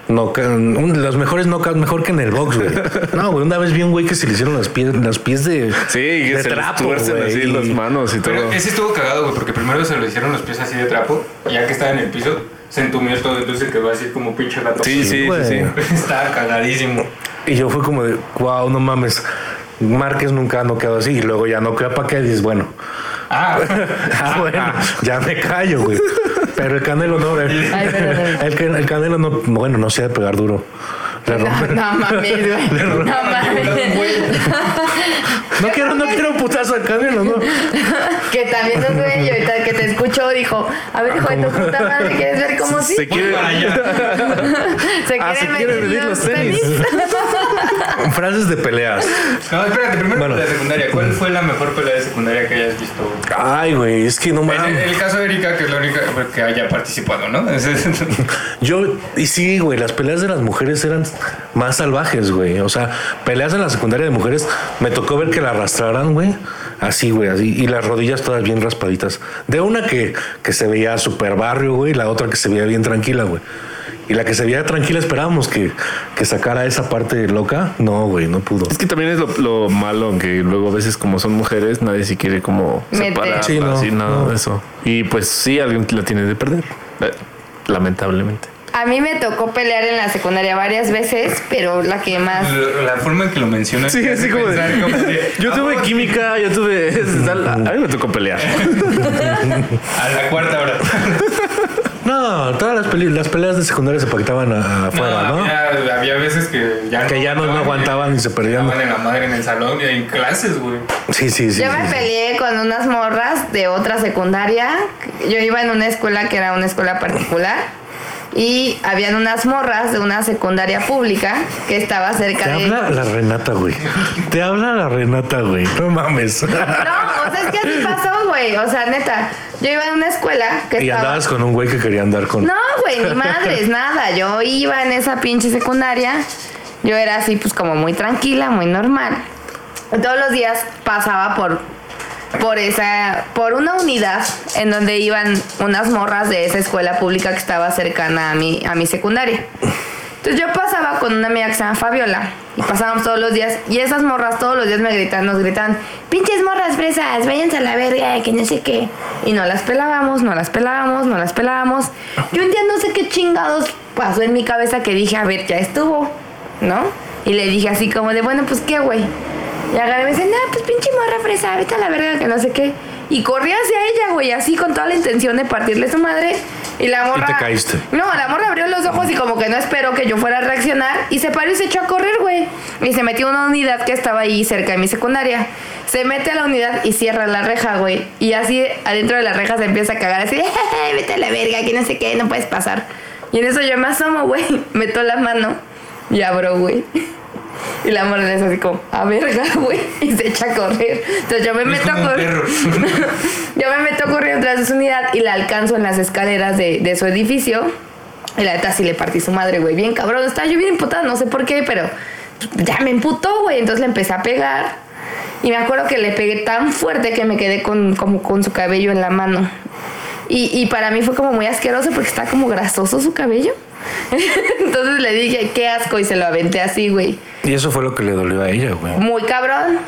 S4: no, los mejores knockouts mejor que en el box, güey. No, güey, una vez vi un güey que se le hicieron las pies, las pies de,
S5: Sí, que
S4: de
S5: se les tuercen
S4: güey.
S5: así las manos y
S3: Pero
S5: todo.
S3: ese estuvo cagado, güey, porque primero se lo hicieron los pies así de trapo. Y ya que estaba en el piso, se entumió todo, entonces quedó así como pinche gato.
S5: Sí, sí, sí,
S4: güey.
S5: sí.
S3: Estaba cagadísimo.
S4: Y yo fue como de, wow, no mames. Márquez nunca ha noqueado así. Y luego ya noqueó a Paquia y dices, bueno,
S3: Ah,
S4: Ah, bueno, ya me callo, güey. Pero el Canelo no, güey.
S2: Ay, perdón.
S4: El, can- el Canelo no, bueno, no se ha de pegar duro. Le
S2: No,
S4: rompe-
S2: no mames, güey. No mames.
S4: No quiero, no quiero un putazo al Canelo, no.
S2: Que también no sé, y ahorita que te escucho dijo, a ver, hijo de tu puta madre, ¿quieres ver cómo sí?
S5: Se
S3: voy
S5: quiere.
S3: para allá.
S2: Se
S5: Ah, se quieren medir los tenis.
S4: Frases de peleas.
S3: No, espérate, primero
S4: Bueno.
S3: la secundaria. ¿Cuál fue la mejor pelea de secundaria que hayas visto? güey?
S4: Ay, güey, es que no
S3: En el,
S4: mames.
S3: el caso de Erika, que es la única que haya participado, ¿no?
S4: Yo, y sí, güey, las peleas de las mujeres eran más salvajes, güey. O sea, peleas en la secundaria de mujeres, me tocó ver que la arrastraran, güey. Así, güey, así. Y las rodillas todas bien raspaditas. De una que, que se veía super barrio, güey, y la otra que se veía bien tranquila, güey. Y la que se veía tranquila esperábamos que, que sacara esa parte loca. No, güey, no pudo.
S5: Es que también es lo, lo malo que luego a veces como son mujeres nadie se quiere como
S2: Meter.
S5: separar
S4: Sí, no,
S5: así nada
S4: no.
S5: de eso. Y pues sí, alguien la tiene de perder. eh, Lamentablemente.
S2: A mí me tocó pelear en la secundaria varias veces, pero la que más...
S3: la forma en que lo mencionas. te hace pensar como de,
S5: Yo
S3: "Ah,
S5: tuve química, yo tuve. A mí me tocó pelear.
S3: A la cuarta hora.
S4: No, No, todas las, peli- las peleas de secundaria se pactaban a- afuera, ¿no?
S3: Había, había veces que ya
S4: Que ya no, no aguantaban y se perdían.
S3: Estaban en la madre en el salón y en clases, güey.
S4: Sí, sí, sí.
S2: Yo
S4: sí,
S2: me
S4: sí.
S2: peleé con unas morras de otra secundaria. Yo iba en una escuela que era una escuela particular. Y habían unas morras de una secundaria pública que estaba
S4: Te
S2: cerca de.
S4: habla la Renata, güey. Te habla la Renata, güey. No mames.
S2: No, o sea, es que así pasó, güey. O sea, neta, yo iba en una escuela que
S4: Y
S2: estaba.
S4: andabas con un güey que quería andar con.
S2: No, güey, ni madres, nada. Yo iba en esa pinche secundaria. Yo era así, pues, como muy tranquila, muy normal. Todos los días pasaba por por esa por una unidad en donde iban unas morras de esa escuela pública que estaba cercana a mi a mi secundaria. Entonces yo pasaba con una amiga que se llama Fabiola y pasábamos todos los días y esas morras todos los días me gritan, nos gritaban, pinches morras fresas, váyanse a la verga, que no sé qué. Y no las pelábamos, no las pelábamos, no las pelábamos. Yo un día no sé qué chingados pasó en mi cabeza que dije, a ver, ya estuvo, ¿no? Y le dije así como de, bueno, pues qué, güey. Y agarré y me dice, no, pues pinche morra fresa, vete a la verga, que no sé qué. Y corrí hacia ella, güey, así con toda la intención de partirle su madre. Y la morra...
S4: te caíste.
S2: No, la morra abrió los ojos y como que no esperó que yo fuera a reaccionar y se paró y se echó a correr, güey. Y se metió a una unidad que estaba ahí cerca de mi secundaria. Se mete a la unidad y cierra la reja, güey. Y así adentro de la reja se empieza a cagar así, de, "Ay, vete a la verga, que no sé qué, no puedes pasar. Y en eso yo me asomo, güey, meto la mano y abro, güey. Y la morra es así como, a verga, güey. Y se echa a correr. Entonces yo me
S3: Es
S2: meto a
S3: como un
S2: correr.
S3: perro.
S2: Yo me meto corriendo tras de su unidad y la alcanzo en las escaleras de, de su edificio. Y la neta sí le partí su madre, güey. Bien cabrón. Estaba yo bien emputada, no sé por qué, pero ya me emputó, güey. Entonces le empecé a pegar. Y me acuerdo que le pegué tan fuerte que me quedé con, como con su cabello en la mano. Y, y para mí fue como muy asqueroso porque está como grasoso su cabello. Entonces le dije, qué asco, y se lo aventé así, güey
S4: Y eso fue lo que le dolió a ella, güey.
S2: muy cabrón.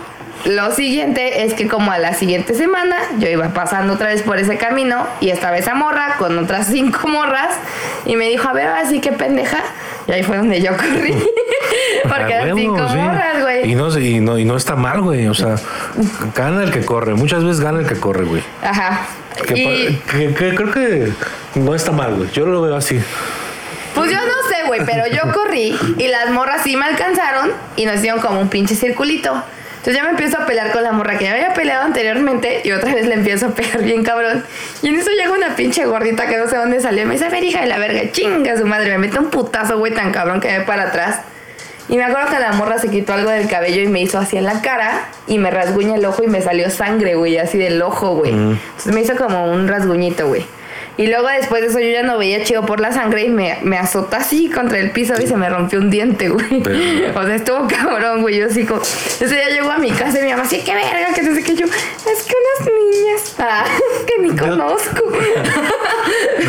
S2: Lo siguiente es que como a la siguiente semana yo iba pasando otra vez por ese camino y estaba esa morra con otras cinco morras y me dijo, a ver, así que pendeja. Y ahí fue donde yo corrí.
S4: A
S2: Porque eran
S4: huevo,
S2: cinco
S4: sí.
S2: morras,
S4: Y
S2: güey.
S4: no, se- y, no, y no está mal, güey. O sea, gana el que corre. Muchas veces gana el que corre, güey.
S2: Ajá.
S4: Que
S2: Y
S4: pa- que- que creo que no está mal, güey. Yo lo veo así.
S2: pues yo no sé, güey, pero yo corrí y las morras sí me alcanzaron y nos hicieron como un pinche circulito. Entonces ya me empiezo a pelear con la morra que ya había peleado anteriormente y otra vez le empiezo a pegar bien cabrón. Y en eso llega una pinche gordita que no sé dónde salió y me dice, a ver, hija de la verga, chinga su madre, me mete un putazo, güey, tan cabrón que me para atrás. Y me acuerdo que la morra se quitó algo del cabello y me hizo así en la cara y me rasguña el ojo y me salió sangre, güey, así del ojo, güey.
S4: Mm.
S2: Entonces me hizo como un rasguñito, güey. Y luego después de eso yo ya no veía chido por la sangre y me, me azota así contra el piso y se me rompió un diente, güey.
S4: Pero-
S2: O sea, estuvo cabrón, güey. Yo así como... Ese día llego a mi casa y mi mamá así, qué verga, que no sé qué. Yo, es que unas niñas ah, que ni conozco.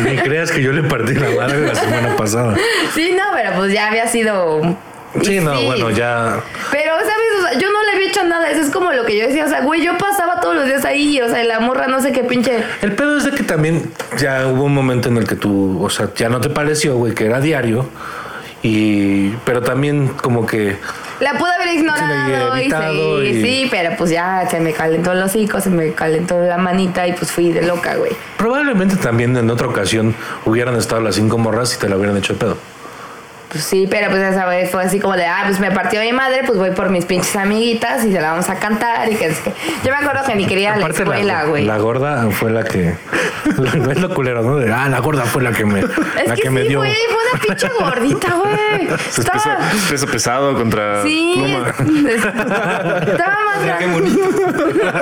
S4: Ni creas que yo le partí la madre la semana pasada.
S2: sí, no, pero pues ya había sido...
S4: Sí, no, bueno, ya.
S2: Pero, ¿sabes? O sea, yo no le había hecho nada. Eso es como lo que yo decía. O sea, güey, yo pasaba todos los días ahí. O sea, la morra no sé qué pinche...
S4: El pedo es de que también ya hubo un momento en el que tú, o sea, ya no te pareció, güey, que era diario. Y, pero también como que
S2: La pude haber ignorado
S4: había
S2: y
S4: evitado
S2: sí,
S4: y-
S2: sí, pero pues ya se me calentó el hocico, se me calentó la manita y pues fui de loca, güey.
S4: probablemente también en otra ocasión hubieran estado las cinco morras y te la hubieran hecho de pedo.
S2: Pues sí, pero pues esa vez fue así como de, ah, pues me partió mi madre, pues voy por mis pinches amiguitas y se la vamos a cantar y que es que... Yo me acuerdo que ni quería ir a la
S4: Aparte,
S2: escuela, güey.
S4: la gorda fue la que. no es lo culero, ¿no? De, ah, la gorda fue la que me,
S2: Es
S4: la
S2: que,
S4: que, me
S2: sí,
S4: dio.
S2: güey, fue una pinche gordita, güey.
S5: Es peso,
S2: Estaba...
S5: peso pesado contra
S2: Sí,
S5: pluma.
S2: es- estaba más
S3: Mira qué
S2: grande.
S3: bonito.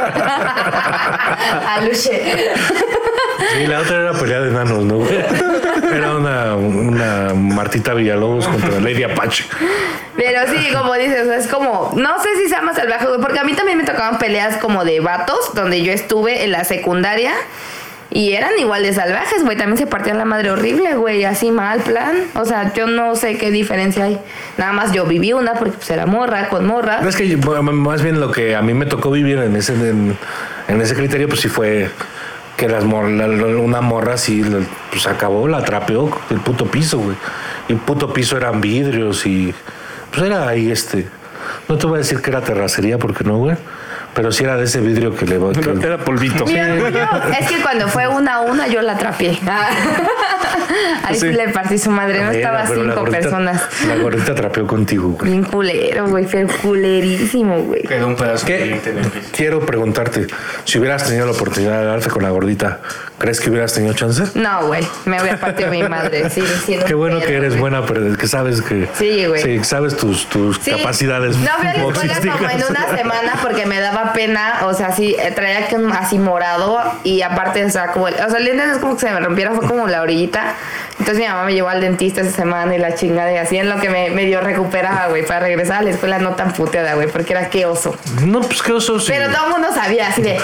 S2: Aluche.
S4: Sí, la otra era pelea de nanos, ¿no? güey? Era una, una Martita Villalobos contra Lady Apache.
S2: Pero sí, como dices, o sea, es como, no sé si sea más salvaje, güey, porque a mí también me tocaban peleas como de vatos, donde yo estuve en la secundaria y eran igual de salvajes, güey, también se partían la madre horrible, güey, así mal plan. O sea, yo no sé qué diferencia hay. Nada más yo viví una porque pues era morra con morra.
S4: No, Es que yo- bueno, más bien lo que a mí me tocó vivir en ese, en, en ese criterio, pues sí fue que las mor- la- la- una morra sí la- pues acabó, la trapeó el puto piso, güey. Y el puto piso eran vidrios y pues era ahí este. No te voy a decir que era terracería porque no, güey. Pero sí era de ese vidrio que le va. que-
S5: Era polvito.
S2: Mi orgullo es que cuando fue una a una yo la atrapié. Ah. Ahí sí
S5: Sí.
S2: le partí su madre, no
S4: Era,
S2: estaba
S4: pero la
S2: cinco
S4: gordita-
S2: personas.
S4: La gordita trapeó contigo, güey.
S2: Bien culero, güey, pero culerísimo, güey.
S3: Quedó un pedazo
S4: ¿Qué?
S3: caliente en el piso.
S4: Quiero preguntarte, si hubieras tenido la oportunidad de darte con la gordita, ¿crees que hubieras tenido chance?
S2: No, güey, me voy a partir mi madre. Sí, diciendo
S4: Qué bueno que eres buena, pero que sabes que
S2: Sí, güey.
S4: sabes tus, tus
S2: Sí.
S4: capacidades.
S2: No fui a la escuela
S4: boxísticas.
S2: como en una semana porque me daba pena, o sea, sí, eh, traía que- así morado y aparte, o sea, como, el- o sea, el diente no es como que se me rompiera, fue como la orillita. Entonces mi mamá me llevó al dentista esa semana y la chingada y así en lo que me, me dio recuperaba, güey, para regresar a la escuela no tan puteada, güey, porque era que oso.
S4: No, pues qué oso. sí.
S2: Pero todo el mundo sabía, así de,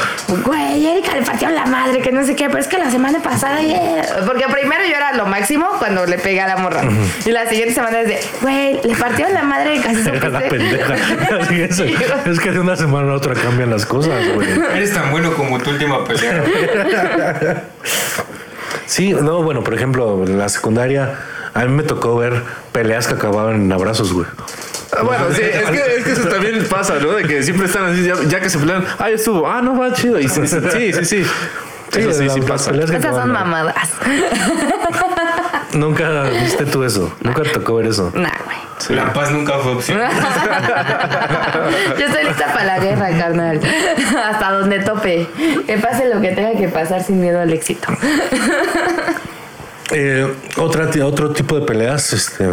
S2: güey, Erika le partió la madre, que no sé qué, pero es que la semana pasada, yeah". porque primero yo era lo máximo cuando le pegué a la morra. Y la siguiente semana es de, güey, le partió la madre, casi se
S4: Era la pendeja. Así es,
S2: Sí, güey.
S4: es que de una semana a otra cambian las cosas, güey.
S3: Eres tan bueno como tu última pelea.
S4: Sí, no, bueno, por ejemplo, en la secundaria, a mí me tocó ver peleas que acababan en abrazos, güey.
S5: Ah, Bueno, sí, es que, es que eso también pasa, ¿no? De que siempre están así, ya, ya que se pelean, ah, ya estuvo, ah, no, va chido. Y sí, sí, sí, sí. sí. Eso sí,
S4: las-
S5: sí
S4: las
S5: pasa.
S4: peleas que
S2: Esas son
S4: acababan-
S2: mamadas.
S4: Nunca viste tú eso, nunca te tocó ver eso.
S2: Nah, güey.
S3: La paz nunca fue opción.
S2: Yo estoy lista para la guerra, carnal. Hasta donde tope. Que pase lo que tenga que pasar sin miedo al éxito.
S4: Ah, Eh, otra, ti- otro tipo de peleas, este,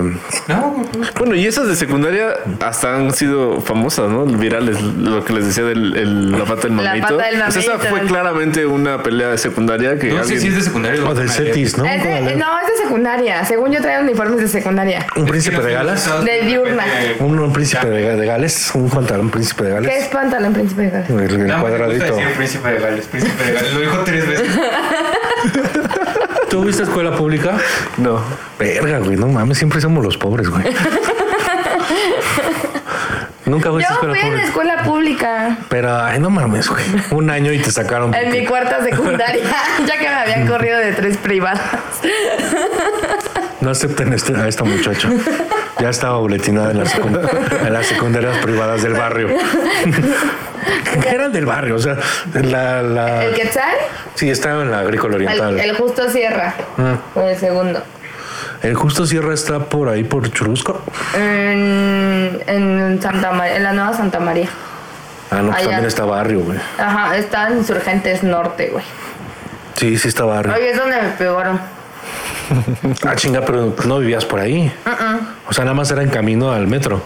S3: No,
S5: Bueno, y esas de secundaria hasta han sido famosas, ¿no? Virales, lo que les decía de la pata del
S2: La
S5: mamito.
S2: pata del
S5: Pues esa
S2: mamito.
S5: fue claramente una pelea de secundaria que
S3: no sé
S5: alguien-
S3: si es de secundaria
S4: o del CETIS, ¿no?
S2: Es de-
S4: Como de-
S2: Este, no, es de secundaria. Según yo traía uniformes de secundaria.
S4: Un príncipe de Galas.
S2: De diurna.
S4: Un, un príncipe de, de Gales, un pantalón príncipe de
S2: ¿Qué
S4: Gales.
S2: es pantalón príncipe de Gales?
S4: El, el
S3: Ah,
S4: cuadradito.
S3: príncipe de Gales, príncipe de Gales. Lo dijo tres veces.
S4: ¿Tú viste escuela pública?
S5: No.
S4: Verga, güey, no mames, siempre somos los pobres, güey. Nunca fuiste a
S2: Yo
S4: escuela
S2: fui en
S4: pública.
S2: escuela pública.
S4: Pero, ay, no mames, güey. Un año y te sacaron.
S2: En mi cuarta secundaria, ya que me habían corrido de tres privadas.
S4: No acepten este- a esta muchacha. Ya estaba boletinada en las, secund- en las secundarias privadas del barrio. Eran del barrio, o sea, la, la-
S2: El Quetzal,
S4: sí, estaba en la agrícola oriental.
S2: el,
S4: El,
S2: el Justo Sierra, fue el segundo.
S4: Justo Sierra está por ahí, por Churubusco.
S2: En, en Santa Ma- en la Nueva Santa María.
S4: Ah, no, pues
S2: Allá.
S4: también está barrio, güey.
S2: Ajá, está en Insurgentes Norte, güey.
S4: Sí, sí está barrio.
S2: Oye, es donde me pegaron.
S4: Ah, chinga, pero no vivías por ahí. O sea, nada más era en camino al metro.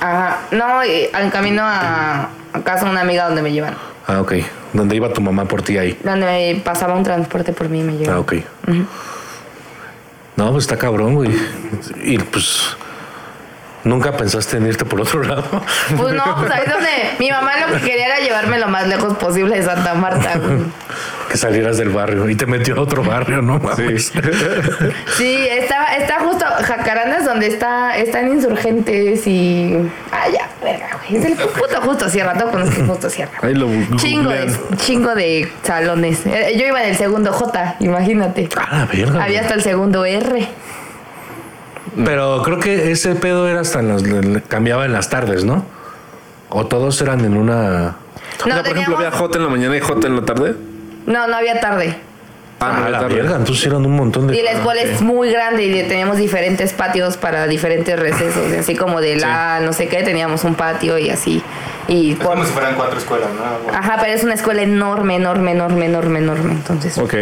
S2: Ajá. No, y al camino a, a casa de una amiga donde me llevan.
S4: Ah, ok. Donde iba tu mamá por ti ahí.
S2: Donde me pasaba un transporte por mí y me
S4: Ah,
S2: llevan.
S4: ok. No, pues está cabrón, güey. Y pues. Nunca pensaste en irte por otro lado.
S2: Pues no, pues ahí es donde mi mamá lo que quería era llevarme lo más lejos posible de Santa Marta, güey.
S4: que salieras del barrio y te metió a otro barrio, ¿no? Mames.
S2: Sí, estaba, está justo Jacarandas donde está, están insurgentes y. Ah, ya, verga, güey. Es el puto justo cierra, no conozco justo cierra.
S5: Ahí lo googlean.
S2: Chingo de, chingo de salones. Eh, Yo iba en el segundo J, imagínate.
S4: A Ah,
S5: Ah,
S4: la verga. güey.
S2: Había hasta el segundo R.
S4: Pero creo que ese pedo era hasta en las. Cambiaba en las tardes, ¿no? O todos eran en una.
S5: o sea,
S2: No,
S5: por ejemplo,
S2: teníamos-
S5: había J en la mañana y J en la tarde.
S2: no, no había tarde.
S5: Ah, no,
S4: a
S5: la
S4: la
S5: tarde.
S4: verga. Entonces eran un montón de.
S2: Y la escuela es muy grande y teníamos diferentes patios para diferentes recesos. y Así como de la no sé qué, teníamos un patio y así. Y
S3: Es como si fueran cuatro escuelas, ¿no? Bueno,
S2: Ajá, pero es una escuela enorme, enorme, enorme, enorme, enorme. Entonces,
S5: Ok,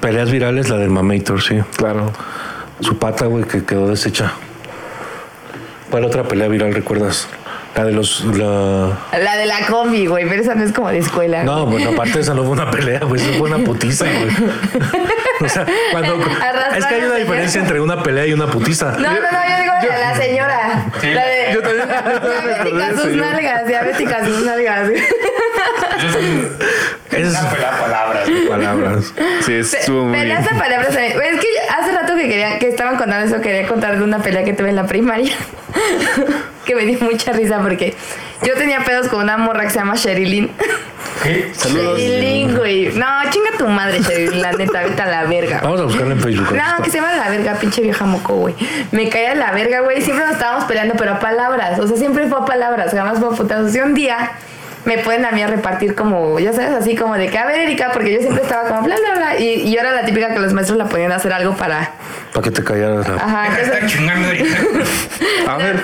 S4: Peleas virales, la del Mamator, sí.
S5: claro.
S4: Su pata, güey, que quedó deshecha. ¿Cuál otra pelea viral recuerdas? La de los. La...
S2: la de la combi, güey, pero esa no es como de escuela.
S4: No, bueno, aparte esa no fue una pelea, güey, eso fue una putiza, güey. O sea, cuando.
S2: Arrastrar
S4: Es que hay
S2: a la
S4: una diferencia
S2: señora.
S4: entre una pelea y una putiza.
S2: No, no, no, yo digo la de la señora.
S3: Sí.
S2: La de
S5: Yo también-
S2: diabética sus
S5: señora.
S2: nalgas, diabética sus nalgas.
S3: yo soy-
S4: Esas
S3: esa fue la palabra.
S4: palabras.
S5: Sí, estuvo muy bien.
S2: Peleas de palabras. a mí- Es que hace rato que quería, que estaban contando eso, quería contar de una pelea que tuve en la primaria. que me dio mucha risa porque yo tenía pedos con una morra que se llama Sherilyn.
S4: ¿Qué?
S5: Saludos.
S2: Chilín, güey. No, chinga tu madre, Chilín, la neta, vete a la verga.
S4: Vamos a buscarlo en Facebook.
S2: No, que se va a la verga, pinche vieja moco, güey. Me caía la verga, güey. Siempre nos estábamos peleando, pero a palabras. O sea, siempre fue a palabras, jamás fue a putazos. Y un día me pueden a mí a repartir como, ya sabes, así como de que, a ver, Erika, porque yo siempre estaba como bla, bla, bla. Y, y yo era la típica que los maestros la ponían a hacer algo para.
S4: Para que te callaras. la-
S3: Deja de
S2: Ajá, Ah, entonces-
S3: estar chingando ahorita.
S5: A ver,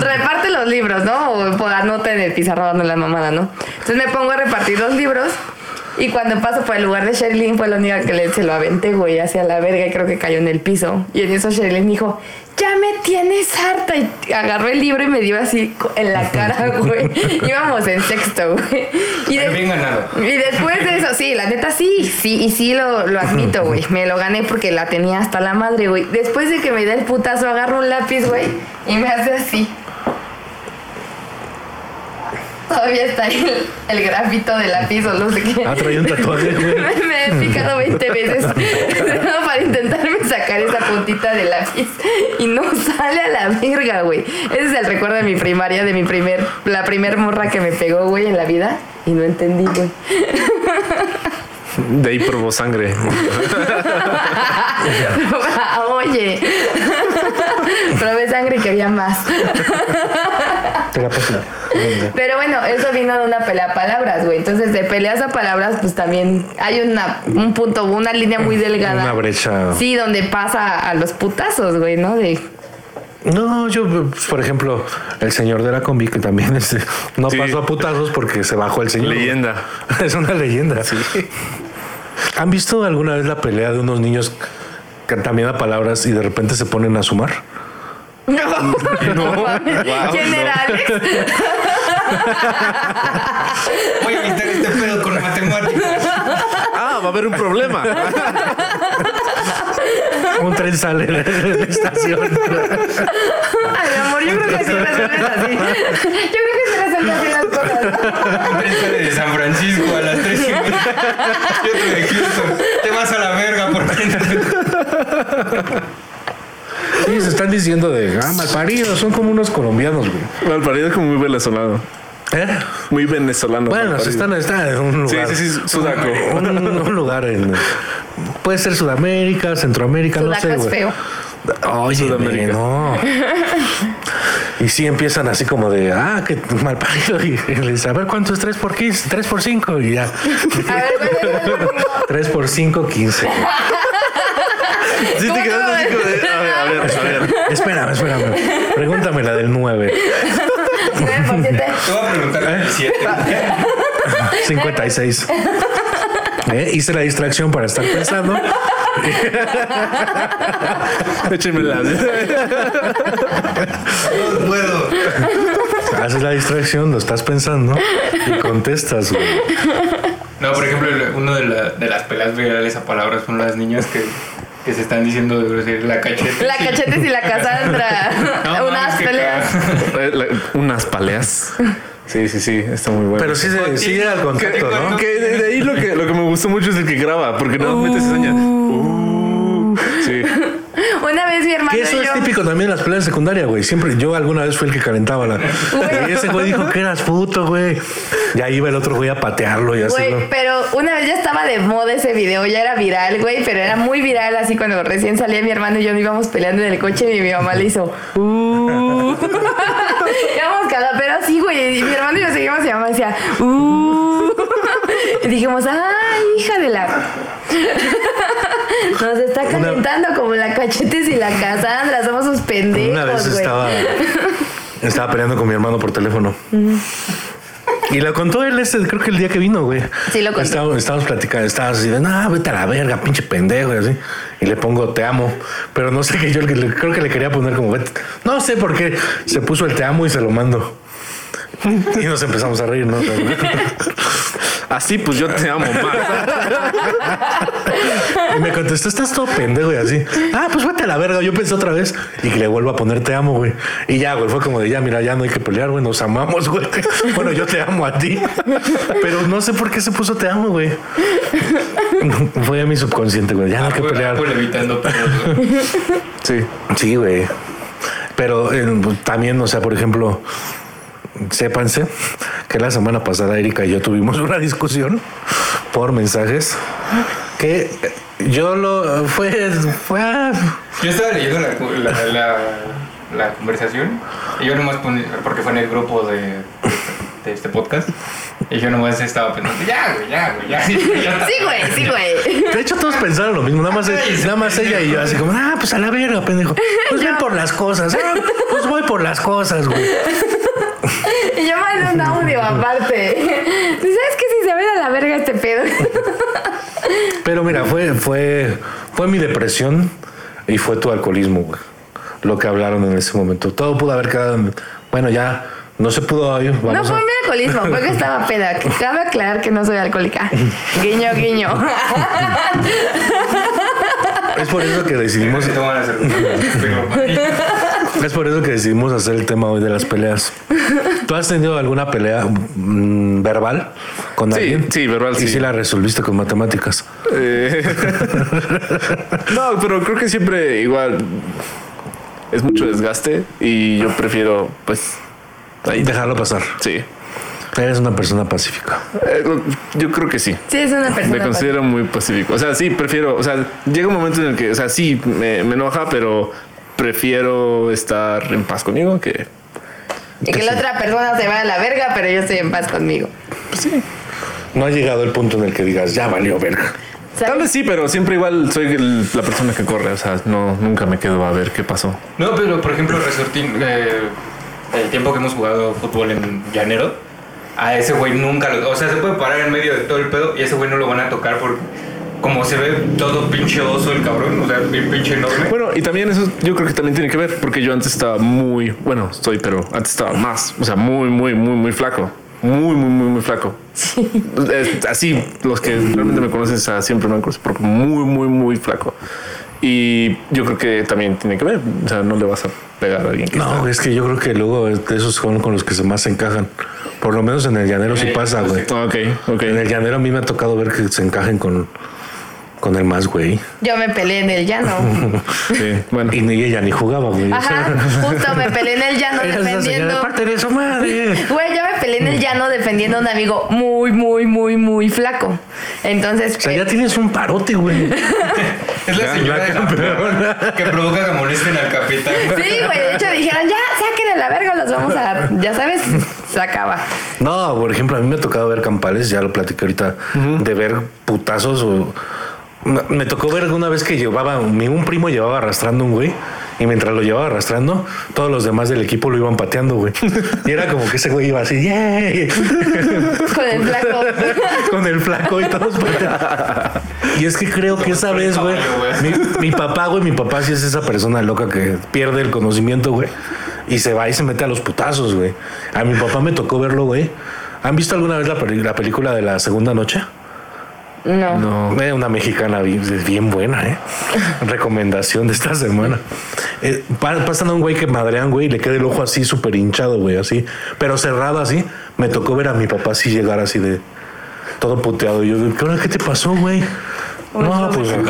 S2: reparte los libros, ¿no? O pues, por anota en el pizarrón o la mamada, ¿no? Entonces me pongo a repartir los libros y cuando paso por el lugar de Sherilyn fue la única que le, se lo aventé, güey, hacia la verga y creo que cayó en el piso. Y en eso Sherilyn dijo, ya me tienes harta. Y agarró el libro y me dio así co- en la cara, güey. Íbamos en sexto, güey. Y de-
S3: Bien ganado.
S2: y después de eso, sí, la neta sí, sí, y sí lo, lo admito, güey. Me lo gané porque la tenía hasta la madre, güey. Después de que me da el putazo, agarro un lápiz, güey, y me hace así. Todavía está ahí el, el grafito de lápiz o no sé qué.
S4: Ah, traía un tatuaje, güey.
S2: Me, me he picado 20 veces ¿no? para intentarme sacar esa puntita de lápiz y no sale a la verga, güey. Ese es el recuerdo de mi primaria, de mi primer, la primer morra que me pegó, güey, en la vida y no entendí, güey.
S5: de ahí probó sangre.
S2: Oye, probé sangre y quería más.
S4: Te la paso. Venga.
S2: Pero bueno, eso vino de una pelea a palabras, güey. Entonces, de peleas a palabras, pues también hay una, un punto, una línea muy delgada.
S4: Una brecha.
S2: Sí, donde pasa a los putazos, güey, ¿no? De,
S4: No, yo, pues, por ejemplo, el señor de la combi, que también este, no
S5: Sí.
S4: pasó a putazos porque se bajó el señor.
S5: Leyenda.
S4: Es una leyenda. ¿Han visto alguna vez la pelea de unos niños que también a palabras y de repente se ponen a sumar?
S2: No, mames.
S5: Wow,
S2: ¿Quién era
S5: no.
S2: Alex?
S3: Voy a evitar este pedo con matemáticas.
S5: Ah, va a haber un problema.
S4: Un tren sale de la estación.
S2: Ay, amor, yo creo que sí resuelves así. Yo creo que se resuelven así las cosas.
S3: Un tren sale de San Francisco a las 3 y media. Y otro de Houston. Te vas a la verga por
S4: Sí, se están diciendo de ah, malparidos, son como unos colombianos, güey.
S5: Mal parido es como muy venezolano.
S4: ¿Eh?
S5: Muy venezolano.
S4: Bueno,
S5: malparido.
S4: se están, están en un
S5: Sí,
S4: lugar.
S5: sí, sí, sudaco.
S4: Un, un lugar en. Puede ser Sudamérica, Centroamérica,
S2: Sudaco
S4: no sé,
S2: es
S4: güey.
S2: feo.
S4: Oye,
S5: Sudamérica.
S4: no. Y sí empiezan así como de, ah, que mal parido. Y, y les, a ver cuánto es 3 por 15, 3 por 5 y ya.
S2: A ver, güey, güey, güey, güey, güey.
S4: 3 por 5, 15.
S5: Sí, te quedaste así como de. A ver, a ver, a ver.
S4: Espérame, espérame. Pregúntame la del 9.
S2: 9 por 7.
S3: Te voy a preguntar la del 7.
S4: Ah, 56. Eh, Hice la distracción para estar pensando.
S5: Échemela.
S3: No puedo.
S4: Haces la distracción, lo estás pensando y contestas, güey.
S3: No, por ejemplo, el- uno de, la- de las pelas virales a palabras son las niñas que, que se están diciendo de grosería. La cachete.
S2: La cachetes y la casandra.
S3: No, mames,
S2: Unas
S3: que
S2: peleas.
S3: ca-
S5: Eh, la- Unas paleas. Sí, sí, sí, está muy bueno.
S4: Pero sí, se- sí llega al contacto, ¿no?
S5: Que de, de ahí lo que, lo que me gustó mucho es el que graba, porque normalmente se daña. Uh, sí.
S2: Una vez mi hermano
S4: Que eso
S2: y yo.
S4: es típico también en las peleas de secundaria, güey. Siempre, yo alguna vez fui el que calentaba la. Y ese güey dijo que eras puto, güey. Y ahí iba el otro güey a patearlo y así,
S2: Güey,
S4: ¿no?
S2: pero una vez ya estaba de moda ese video, ya era viral, güey, pero era muy viral así cuando recién salía mi hermano y yo íbamos peleando en el coche y mi mamá le hizo. "Uh". Íbamos cada pero así, güey, y mi hermano y yo seguimos y mi mamá decía, "Uh". Y dijimos, ay, hija de la. Nos está calentando como la cachetes y la casandra, somos sus pendejos,
S4: Una vez
S2: güey.
S4: estaba, estaba peleando con mi hermano por teléfono. Y la contó él ese, creo que el día que vino, güey.
S2: Sí, lo contó.
S4: Estábamos, estábamos platicando, estábamos así de, no, vete a la verga, pinche pendejo, y así. Y le pongo, te amo. Pero no sé qué, yo le- creo que le quería poner como, vete. No sé por qué. Se puso el te amo y se lo mando. Y nos empezamos a reír, ¿no?
S5: Así pues yo te amo más.
S4: Y me contestó, estás todo pendejo y así. Ah, pues vete a la verga. Yo pensé otra vez y que le vuelvo a poner te amo, güey. Y ya, güey, fue como de ya, mira, ya no hay que pelear, güey, nos amamos, güey. Bueno, yo te amo a ti. Pero no sé por qué se puso te amo, güey. Fue a mi subconsciente, güey. Ya no hay que
S3: Ah, Güey,
S4: pelear.
S3: Apple evitando pedos, güey.
S5: Sí.
S4: Sí, güey. Pero eh, también, o sea, por ejemplo, sépanse que la semana pasada Erika y yo tuvimos una discusión por mensajes que yo lo fue, fue ah,
S3: Yo estaba leyendo la, cu- la, la, la conversación y yo nomás pone- porque fue en el grupo de, de este podcast y yo nomás estaba pensando, ya, güey, ya, güey, ya. ya".
S2: Sí, güey, sí, güey.
S4: de hecho todos pensaron lo mismo nada más e-, nada más ella y yo así como ah pues a la verga pendejo pues ven por las cosas ah, pues voy por las cosas güey
S2: Y yo mandé un audio aparte. ¿Sabes que Si se ve a la verga este pedo.
S4: Pero mira, fue, fue, fue mi depresión y fue tu alcoholismo, güey. Lo que hablaron en ese momento. Todo pudo haber quedado. en- Bueno, ya no se pudo hoy. Vamos
S2: No fue
S4: a-
S2: mi alcoholismo, fue que estaba peda. que Cabe aclarar que no soy alcohólica. Guiño, guiño.
S4: Es por eso que
S3: No
S4: decidimos.
S3: se toman la cerveza, pero
S4: Es por eso que decidimos hacer el tema hoy de las peleas. ¿Tú has tenido alguna pelea mm, verbal con
S5: Sí,
S4: alguien?
S5: sí, verbal,
S4: Y
S5: sí.
S4: si la resolviste con matemáticas.
S5: Eh, no, pero creo que siempre igual es mucho desgaste y yo prefiero, pues, ahí
S4: Dejarlo pasar.
S5: Sí,
S4: Eres una persona pacífica.
S5: Eh, lo- yo creo que sí.
S2: Sí, es una persona.
S5: Me considero muy pacífico. O sea, sí, prefiero. O sea, llega un momento en el que, o sea, sí, me, me enoja, pero prefiero estar en paz conmigo que.
S2: Y que la otra persona se va a la verga, pero yo estoy en paz conmigo.
S5: pues, sí.
S4: No ha llegado el punto en el que digas, ya valió verga.
S2: ¿Sabes?
S5: Tal vez sí, pero siempre igual soy el- la persona que corre. O sea, no, nunca me quedo a ver qué pasó.
S3: No, pero por ejemplo, Resortín, eh, el tiempo que hemos jugado fútbol en llanero, a ese güey nunca lo. O sea, se puede parar en medio de todo el pedo y a ese güey no lo van a tocar porque, como se ve todo pinche oso el cabrón, o sea, bien pinche enorme.
S5: Bueno, y también eso yo creo que también tiene que ver, porque yo antes estaba muy, bueno, estoy, pero antes estaba más, o sea, muy, muy, muy, muy flaco. Muy, muy, muy, muy flaco. Es así, los que realmente me conocen o sea, siempre me han conocido por muy, muy, muy flaco. Y yo creo que también tiene que ver, o sea, no le vas a pegar a alguien que
S4: No, es que yo creo que luego esos son con los que se más se encajan. Por lo menos en el llanero sí
S3: Sí,
S4: pasa,
S3: pues
S4: güey.
S5: está... Ah, Ok, ok.
S4: En el llanero a mí me ha tocado ver que se encajen con, con el más, güey.
S2: Yo me peleé en el llano.
S5: Sí, bueno.
S4: Y ni ella ni jugaba, güey. O sea,
S2: Ajá, justo me peleé en el llano
S4: era esa señora de
S2: defendiendo.
S4: parte de su madre.
S2: Güey, yo me peleé en el llano defendiendo a un amigo muy, muy, muy, muy flaco. Entonces,
S4: O sea, ya
S2: eh,
S4: tienes un parote, güey.
S3: Es la señora de la
S4: campeona.
S3: que provoca que molesten al capitán.
S2: sí, güey, de hecho dijeron, ya, sáquenle la verga, los vamos a, ya sabes, se acaba.
S4: No, por ejemplo, a mí me ha tocado ver campales, ya lo platiqué ahorita, de ver putazos o... Me- Me tocó ver alguna vez que llevaba, mi un primo llevaba arrastrando un güey y mientras lo llevaba arrastrando, todos los demás del equipo lo iban pateando, güey. Y era como que ese güey iba así, "Yay",
S2: Con el flaco.
S4: con el flaco y todos pateando. Y es que creo que esa vez, güey, mi, mi papá, güey, mi papá sí es esa persona loca que pierde el conocimiento, güey, y se va y se mete a los putazos, güey. A mi papá me tocó verlo, güey. ¿Han visto alguna vez la, peli- la película de la segunda noche?
S2: No.
S5: No.
S4: Eh, Una mexicana bien, bien buena, ¿eh? Recomendación de esta semana. Eh, pa- pasan a un güey que madrean, güey, y le queda el ojo así súper hinchado, güey, así, pero cerrado así. Me tocó ver a mi papá así llegar así de todo puteado. Y yo, ¿qué hora? ¿Qué te pasó, güey? No, pues
S5: Me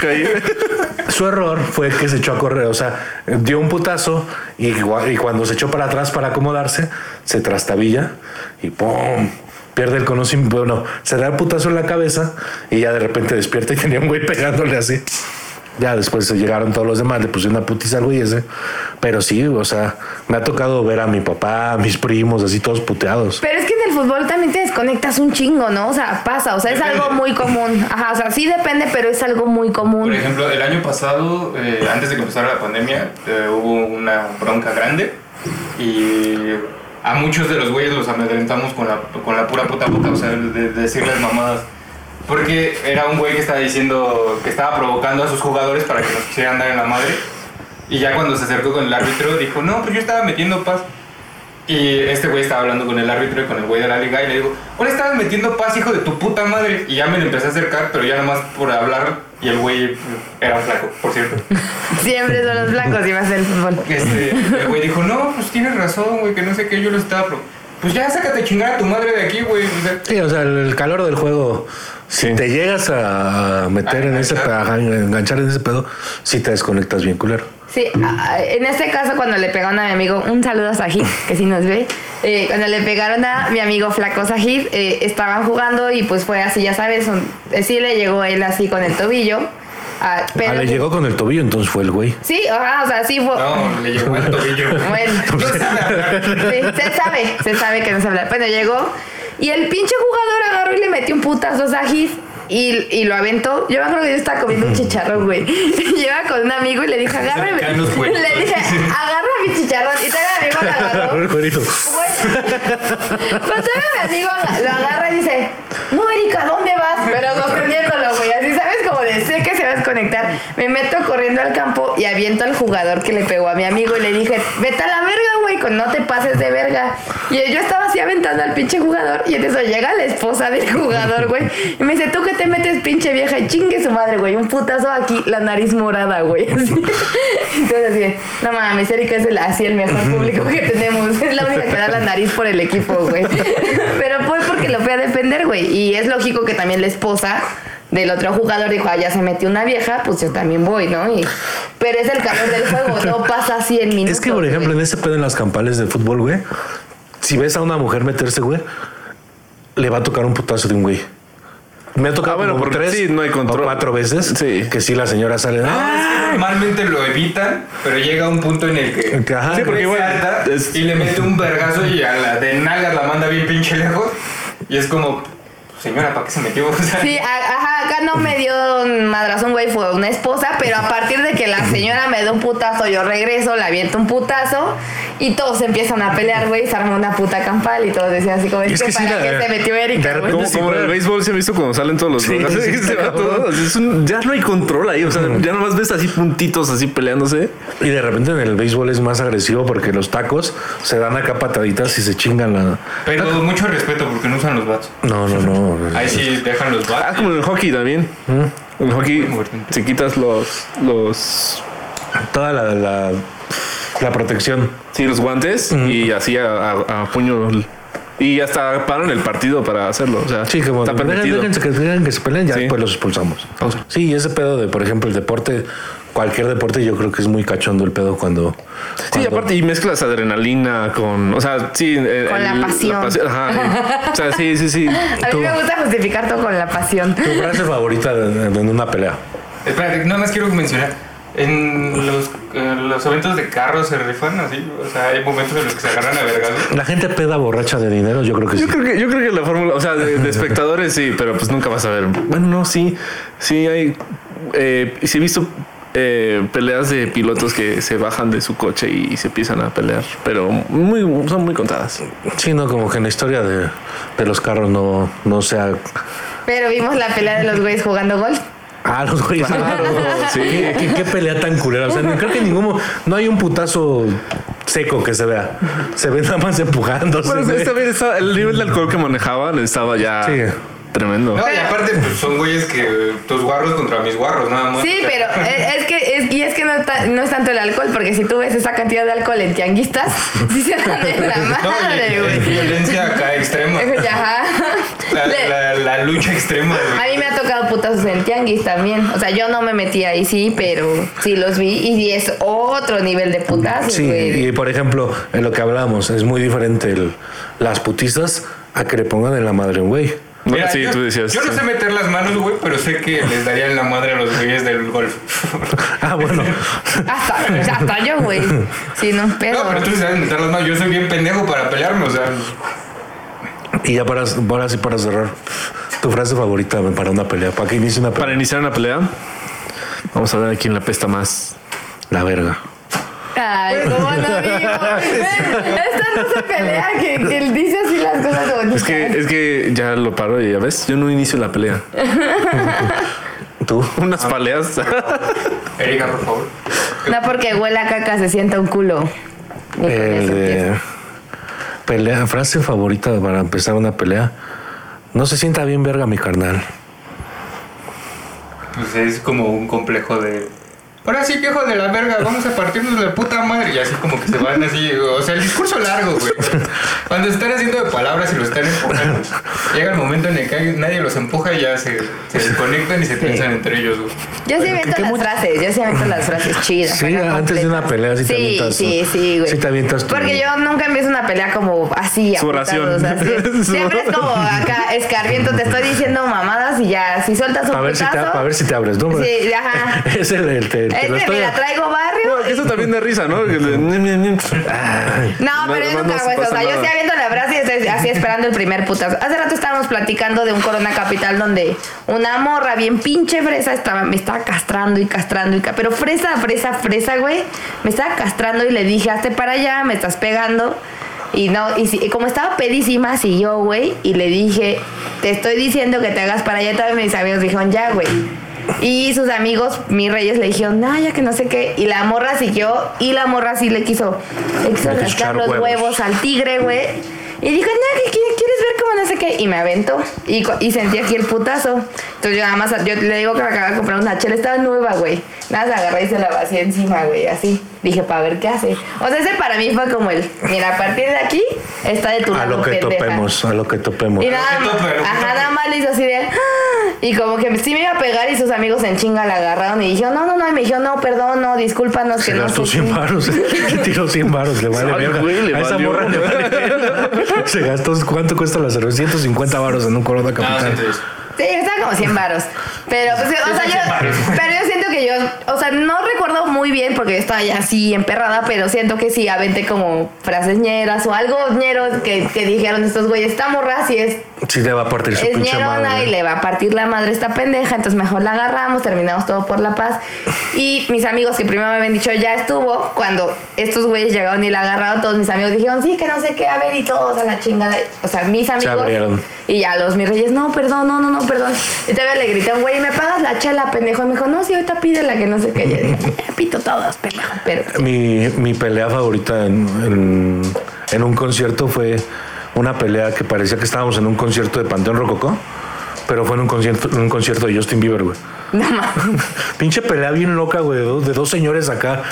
S5: caí.
S4: su error fue que se echó a correr, o sea, dio un putazo y, gua- y cuando se echó para atrás para acomodarse, se trastabilla y ¡pum! Pierde el conocimiento. Bueno, se da el putazo en la cabeza y ya de repente despierta y tenía un güey pegándole así. Ya después se llegaron todos los demás, le pusieron una putiza al güey ese. Pero sí, o sea, me ha tocado ver a mi papá, a mis primos, así todos puteados.
S2: Pero es que en el fútbol también te desconectas un chingo, ¿no? O sea, pasa, o sea, es algo muy común. Ajá, o sea, sí depende, pero es algo muy
S3: Por
S2: común.
S3: ejemplo, el año pasado, eh, antes de que empezara la pandemia, eh, hubo una bronca grande y a muchos de los güeyes los amedrentamos con la, con la pura puta boca, o sea, de, de decirles mamadas. Porque era un güey que estaba diciendo, que estaba provocando a sus jugadores para que nos quisieran dar en la madre. Y ya cuando se acercó con el árbitro, dijo, no, pues yo estaba metiendo paz. Y este güey estaba hablando con el árbitro y con el güey de la liga y le digo, ahora estabas metiendo paz, hijo de tu puta madre. Y ya me lo empecé a acercar, pero ya nomás por hablar y el güey era flaco, por cierto.
S2: Siempre son los blancos y más el fútbol.
S3: Este, el güey dijo, no, pues tienes razón, güey, que no sé qué, yo lo estaba... pro- Pues ya sácate a chingar a tu madre de aquí, güey. O sea,
S4: Sí, o sea, el calor del juego, si
S5: Sí.
S4: te llegas a meter
S3: A
S4: en ese
S3: enganchar.
S4: pedo, a enganchar en ese pedo, si te desconectas bien culero.
S2: Sí, a- a- en este caso cuando le pegaron a mi amigo, un saludo a Sajid, que sí nos ve, eh, cuando le pegaron a mi amigo flaco Sajid, eh, estaban jugando y pues fue así, ya sabes, un- eh, sí le llegó él así con el tobillo, ah, pero...
S4: Ah, le llegó con el tobillo, entonces fue el güey.
S2: Sí, ajá, o sea, sí fue...
S3: No, le llegó el tobillo.
S2: Bueno, pues, sí, se sabe, se sabe que no se habla. Bueno, llegó y el pinche jugador agarró y le metió un putazo a Sajid y, y lo aventó. Yo me acuerdo que yo estaba comiendo un chicharrón, güey. Lleva con un amigo y le dije, agárrame.
S3: Acá nos fue.
S2: Le dije, agarra mi chicharrón. Y todavía mi amigo lo agarró.
S4: El güerito.
S2: Güey. Pero Pues todavía mi amigo lo agarra y dice, no, Erika, ¿dónde vas? Pero sorprendiéndolo, güey. Así sabes como de sé que se va a desconectar. Me meto corriendo al campo y aviento al jugador que le pegó a mi amigo y le dije, vete a la verga, güey, con no te pases de verga. Y yo estaba así aventando al pinche jugador y en eso llega la esposa del jugador, güey. Y me dice, ¿tú qué te metes, pinche vieja? Y chingue su madre, güey. Un putazo aquí, la nariz morada, güey. Así. Entonces así, de, no mames, Erika es el, así el mejor público que tenemos. Es la única que da la nariz por el equipo, güey. Pero fue porque lo fui a defender, güey. Y es lógico que también la esposa del otro jugador dijo, ah, ya se metió una vieja, pues yo también voy, ¿no? Y, pero es el calor del juego, no pasa así en minutos.
S4: Es que, por ejemplo, en
S2: güey.
S4: ese pedo en las campales de fútbol, güey, si ves a una mujer meterse, güey, le va a tocar un putazo de un güey. Me ha tocado
S5: Ah, bueno,
S4: como
S5: porque
S4: tres
S5: sí, no hay control.
S4: o cuatro veces
S5: Sí.
S4: que sí la señora sale.
S3: No, es
S4: "Ah".
S3: que normalmente lo evitan, pero llega un punto en el que
S4: Que, ajá,
S3: se
S4: porque,
S5: bueno,
S3: salta
S5: es-
S3: y le mete un vergazo y a la de nalgas la manda bien pinche lejos. Y es como, señora, ¿para qué se metió? O sea,
S2: Sí, a- ajá, acá no me dio un madrazo un güey, fue una esposa, pero a partir de que la señora me da un putazo, yo regreso, le aviento un putazo y todos empiezan a pelear, güey, se armó una puta campal y todos decían así como,
S4: Y
S2: es,
S4: es
S2: que,
S4: que sí,
S2: para
S4: la-
S2: qué se metió
S4: de
S2: Erika,
S4: repente
S2: güey.
S5: Como,
S4: Sí,
S5: como en el
S4: claro.
S5: béisbol se ha visto cuando salen todos los
S4: Sí,
S5: drogas.
S4: sí,
S5: Así
S4: sí,
S5: se va
S4: cabrón.
S5: todo. Es un- ya no hay control ahí. O sea, ya nomás ves así puntitos así peleándose.
S4: Y de repente en el béisbol es más agresivo porque los tacos se dan acá pataditas y se chingan la.
S3: Pero mucho respeto porque no usan los bats.
S4: No, no, no.
S3: Ahí sí dejan los
S5: Ah,
S3: bats.
S5: como en el hockey también. En el hockey, si quitas los, los,
S4: Toda la, la, la protección.
S5: sí, los guantes y así a, a- a puño. Y hasta paran el partido para hacerlo. O sea,
S4: Sí, como
S5: está
S4: dejen-
S5: permitido.
S4: déjense que, dejen que se peleen, ya
S5: Sí.
S4: después los expulsamos. Sí, ese pedo de, por ejemplo, el deporte, cualquier deporte, yo creo que es muy cachondo el pedo cuando.
S5: Sí,
S4: cuando-
S5: aparte, y mezclas adrenalina con. O sea, sí. eh,
S2: Con la pasión.
S5: ajá, eh. o sea, sí, sí, sí.
S2: A mí
S4: tú-
S2: me gusta justificar todo con la pasión.
S4: Tu frase favorita de- de- en una pelea.
S3: Espérate, nada más quiero mencionar. En los, en los eventos de carros se rifan así. O sea, hay momentos en los que se agarran a vergasos.
S4: La gente peda borracha de dinero, yo creo que
S5: Yo
S4: sí.
S5: creo que, yo creo que la fórmula, o sea, de, de espectadores sí, pero pues nunca vas a ver. Bueno, no, sí, sí hay, eh, sí he visto eh, peleas de pilotos que se bajan de su coche y, se empiezan a pelear, pero muy, son muy contadas.
S4: Sí, no, como que en la historia de, de los carros no, no sea.
S2: Pero vimos la pelea de los güeyes jugando golf.
S4: Ah, los güeyes.
S5: sí.
S4: ¿Qué, qué- qué pelea tan culera. O sea, no creo que ningún. mo- No hay un putazo seco que se vea. Se ve nada más empujándose.
S5: Bueno,
S4: güey.
S5: esta vez estaba- el nivel de alcohol que manejaban estaba ya
S4: Sí.
S5: tremendo.
S3: No, y aparte, pues son güeyes que tus guarros contra mis guarros, nada más.
S2: Sí,
S3: O sea,
S2: pero e, es, es que es, y es que no, ta- no es tanto el alcohol, porque si tú ves esa cantidad de alcohol en tianguistas, sí se dan de la
S3: No,
S2: madre,
S3: y- y
S2: güey.
S3: violencia acá extrema.
S2: Ajá.
S3: La,
S2: Le-
S3: la- la lucha extrema. güey.
S2: A mí me ha tocado putazos en tianguis también. O sea, yo no me metí ahí, sí, pero sí los vi. Y es otro nivel de putazos,
S4: Sí,
S2: güey.
S4: y por ejemplo, en lo que hablamos, es muy diferente el- las putizas a que le pongan en la madre, un güey.
S3: Mira,
S5: sí,
S3: yo,
S5: tú decías.
S3: Yo no
S5: sí.
S3: sé meter las manos, güey, pero sé que les darían la madre a los güeyes del golf.
S4: Ah, bueno.
S2: Hasta, o sea, hasta yo, güey. Sí, no, pero.
S3: No, pero tú sabes meter las manos. Yo soy bien pendejo para pelearme, o sea.
S4: Y ya para, ahora sí para cerrar, tu frase favorita para una pelea, para que inicie una pelea.
S5: Para iniciar una pelea, vamos a ver a quién la pesta más.
S4: La verga.
S2: Ay, cómo no digo. Esta no se pelea, que, que él dice así las cosas como
S5: Es que, es que ya lo paro y ya ves, yo no inicio la pelea.
S4: ¿Tú?
S3: Ah.
S5: Unas peleas.
S3: Erika, por favor.
S2: No porque huela a caca se sienta un culo. Y con
S4: El
S2: eso
S4: de-
S2: empiezo.
S4: pelea, frase favorita para empezar una pelea. No se sienta bien verga mi carnal.
S3: Pues es como un complejo de Ahora sí, viejo de la verga, vamos a partirnos la puta madre. Y así como que se van así. O sea, el discurso largo, güey. Cuando están haciendo de palabras y lo están empujando, llega el momento en el que nadie los empuja y ya se, se desconectan y se piensan entre ellos, güey.
S2: Yo sí avento las frases, yo sí avento las frases chidas.
S4: Sí,
S2: acá
S4: antes de una pelea sí te avientas tu-
S2: Sí, sí, sí, güey.
S4: sí te avientas tu-
S2: Porque yo nunca empiezo una pelea como así. a
S5: Su
S2: putazos,
S5: oración.
S2: así.
S5: Su-
S2: Siempre es como acá, escarmiento, te estoy diciendo mamadas y ya, si sueltas un
S4: Para ver, si te,
S2: putazo,
S4: para ver si te abres, ¿no?
S2: Sí, ajá.
S4: Es el, el- te, te
S2: Es
S4: lo
S2: de,
S4: estoy-
S2: mira, traigo
S5: No,
S2: barrio.
S5: que eso también da risa, ¿no? Que le-
S2: No,
S5: Nada
S2: pero yo
S5: más
S2: nunca
S5: no
S2: hago
S5: se
S2: eso. O sea,
S5: pasa
S2: yo
S5: nada.
S2: sí aviento la brasa y estoy así esperando el primer putazo. Hace rato estábamos platicando de un Corona Capital donde una morra bien pinche fresa estaba, me estaba castrando y castrando y ca- Pero fresa, fresa, fresa, güey. Me estaba castrando y le dije, hazte para allá, me estás pegando. Y no, y, si- y como estaba pedísima, siguió, güey, y le dije, te estoy diciendo que te hagas para allá. Todos mis amigos dijeron, ya, güey. Y sus amigos, mis reyes, le dijeron, no, ya que no sé qué. Y la morra siguió, y la morra sí le quiso, le quiso
S4: Le quiso
S2: rascar
S4: echar
S2: los
S4: huevos.
S2: huevos al tigre, güey. Y dijo, no, que quieres, quieres ver cómo no sé qué. Y me aventó. Y, co- y sentí aquí el putazo. Entonces yo nada más, yo le digo que me acaba de comprar una chela, estaba nueva, güey. Nada, se agarré y se la vacié encima, güey, así. Dije, para ver qué hace. O sea, ese para mí fue como el, mira, a partir de aquí está de tu
S4: A
S2: lado,
S4: lo que
S2: pendeja".
S4: topemos, a lo que topemos.
S2: Y
S3: Lo
S2: nada
S3: que
S2: más,
S3: tope, lo que
S2: ajá,
S3: tope.
S2: nada más le hizo así de. "Ah", Y como que sí me iba a pegar y sus amigos en chinga la agarraron y dijeron, no, no, no. Y me dijeron, no, perdón, no, discúlpanos
S4: Se
S2: que no.
S4: gastó
S2: sé
S4: 100
S2: qué".
S4: varos. Se tiró 100 varos. Le vale
S5: Ay,
S4: verga.
S5: güey, le
S4: a esa
S5: valió.
S4: morra le vale verga. Se gastó. ¿Cuánto cuesta la cerveza? 150 varos en un Corona
S3: Ah, sí,
S4: Capital.
S3: entonces.
S2: Sí, estaba como 100 varos. Pero, pues, o sea, yo, pero yo siento que yo, o sea, no recuerdo muy bien porque yo estaba ya así emperrada, pero siento que sí, aventé como frases ñeras o algo ñeros que, que dijeron estos güeyes, esta morra si es,
S4: Sí, le va a partir su
S2: es
S4: pinche
S2: ñerona y
S4: madre. ¿eh?
S2: le va a partir la madre esta pendeja, entonces mejor la agarramos, terminamos todo por la paz. Y mis amigos que primero me habían dicho, ya estuvo, cuando estos güeyes llegaron y la agarraron, todos mis amigos dijeron, sí, que no sé qué, a ver, y todos a la chingada. O sea, mis amigos...
S4: abrieron.
S2: Y ya los mis reyes, no, perdón, no, no, no, perdón. Y todavía le grité, güey, ¿me pagas la chela, pendejo? Y me dijo, no, sí, ahorita pídela, que no sé qué. Yo dije, "Ya, pito todos, pendejo. Pero
S4: Mi, mi pelea favorita en, en, en un concierto fue una pelea que parecía que estábamos en un concierto de Panteón Rococó, pero fue en un concierto, en un concierto de Justin Bieber, güey.
S2: no mames.
S4: Pinche pelea bien loca, güey, de dos, de dos señores acá.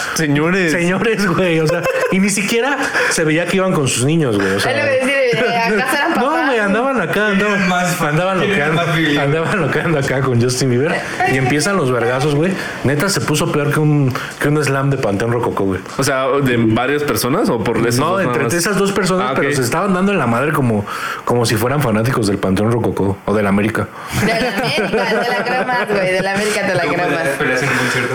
S5: Señores.
S4: Señores, güey, o sea, y ni siquiera se veía que iban con sus niños, güey. O sea,
S2: Es lo que decir, eh, ¿acaso eran papás?
S4: No, güey, andaban acá, andaban,
S3: más-
S4: andaban
S3: tienen
S4: loqueando,
S3: más privilegio.
S4: andaban loqueando acá con Justin Bieber y empiezan los vergazos, güey. Neta se puso peor que un, que un slam de Panteón Rococó, güey.
S5: O sea, de varias personas o por eso.
S4: No, entre esas dos personas,
S5: Ah, ok.
S4: pero se estaban dando en la madre como, como si fueran fanáticos del Panteón Rococó o del América.
S2: De la América, te la creo más, güey. De la América te la creo más.
S3: Peleas en un concierto.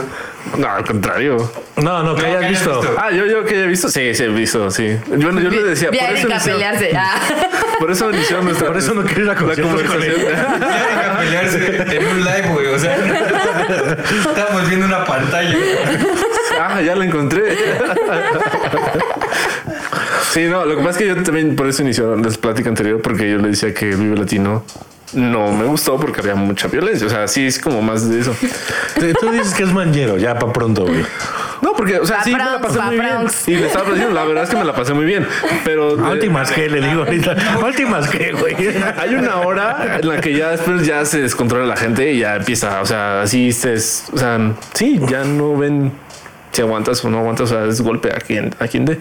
S5: No, al contrario.
S4: No, no, que
S3: No,
S4: hayas
S3: que hayas
S4: visto.
S3: visto.
S5: Ah, yo, yo que he visto. Sí, sí, he visto, sí. Bueno, yo le decía.
S2: Vi
S5: Por
S2: a
S5: eso,
S2: Erika
S5: inició,
S2: pelearse. Ah.
S5: por eso inició nuestra.
S4: Por eso no quiero ir a
S5: la
S4: conciertos con
S5: conversación.
S3: Ya deja pelearse en un live, güey. O sea, estábamos viendo una pantalla.
S5: Ah, ya la encontré. Sí, no, lo que pasa es que yo también por eso inició la plática anterior, porque yo le decía que Vive Latino no me gustó porque había mucha violencia. O sea, sí es como más de eso.
S4: Te- Tú dices que es manguero, ya para pronto, güey.
S5: No, porque, o sea, sí me la
S2: Papronx,
S5: pasé muy bien.
S2: papronx.
S5: Y le estaba diciendo, la verdad es que me la pasé muy bien. Pero eh, de-
S4: Últimas que le digo ahorita. Últimas que, güey.
S5: hay una hora en la que ya después ya se descontrola la gente y ya empieza. O sea, así se es. O sea, sí, ya no ven si aguantas o no aguantas. O sea, es golpe a quien, a quien dé.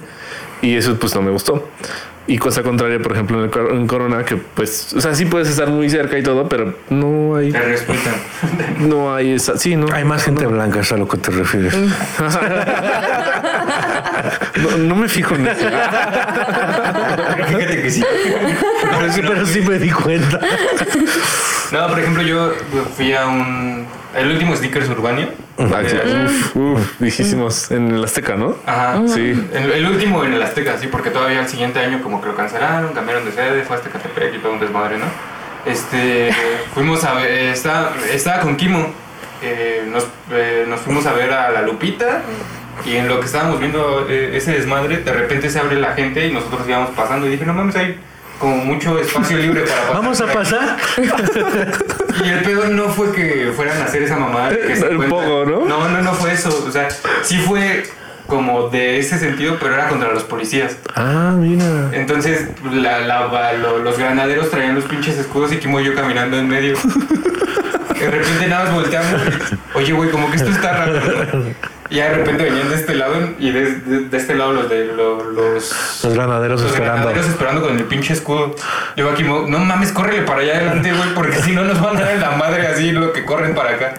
S5: Y eso, pues no me gustó. Y cosa contraria, por ejemplo, en, el cor- en Corona, que pues, o sea, sí puedes estar muy cerca y todo, pero no hay,
S3: Te respetan.
S5: no hay esa. Sí, no.
S4: Hay más gente blanca, es a lo que te refieres.
S5: No, no me fijo en eso.
S3: Fíjate que sí.
S4: Pero sí, pero sí me di cuenta.
S3: No, por ejemplo, yo fui a un. El último Sneakers Urbania.
S5: Ah, sí. Uf, uf, viejísimos en el Azteca,
S4: Ah,
S5: ¿no?
S3: Ajá.
S5: Sí.
S3: El, el último en el Azteca, sí, porque todavía el siguiente año como que lo cancelaron, cambiaron de sede, fue hasta Catepec y todo un desmadre, ¿no? Este, fuimos a ver, eh, estaba, estaba con Kimo, eh, nos, eh, nos fuimos a ver a La Lupita y en lo que estábamos viendo eh, ese desmadre, de repente se abre la gente y nosotros íbamos pasando y dije, no mames, hay como mucho espacio libre para pasar.
S4: Vamos a
S3: por aquí".
S4: pasar.
S3: Y el pedo no fue que fueran a hacer esa mamada. Que se
S5: El
S3: cuenta.
S5: pogo, ¿no?
S3: No, no, no fue eso. O sea, sí fue como de ese sentido, pero era contra los policías.
S4: Ah, mira.
S3: Entonces, la- la- la- lo- los granaderos traían los pinches escudos y Kimo y yo caminando en medio. de repente nada más volteamos. Oye, güey, como que esto está raro. ¿no? Y ya de repente venían de este lado y de, de- de este lado los de lo- los.
S4: Los granaderos
S3: los
S4: esperando.
S3: granaderos esperando con el pinche escudo. Yo aquí, mo- no mames, córrele para allá adelante, güey, porque si no nos van a dar en la madre así lo que corren para acá.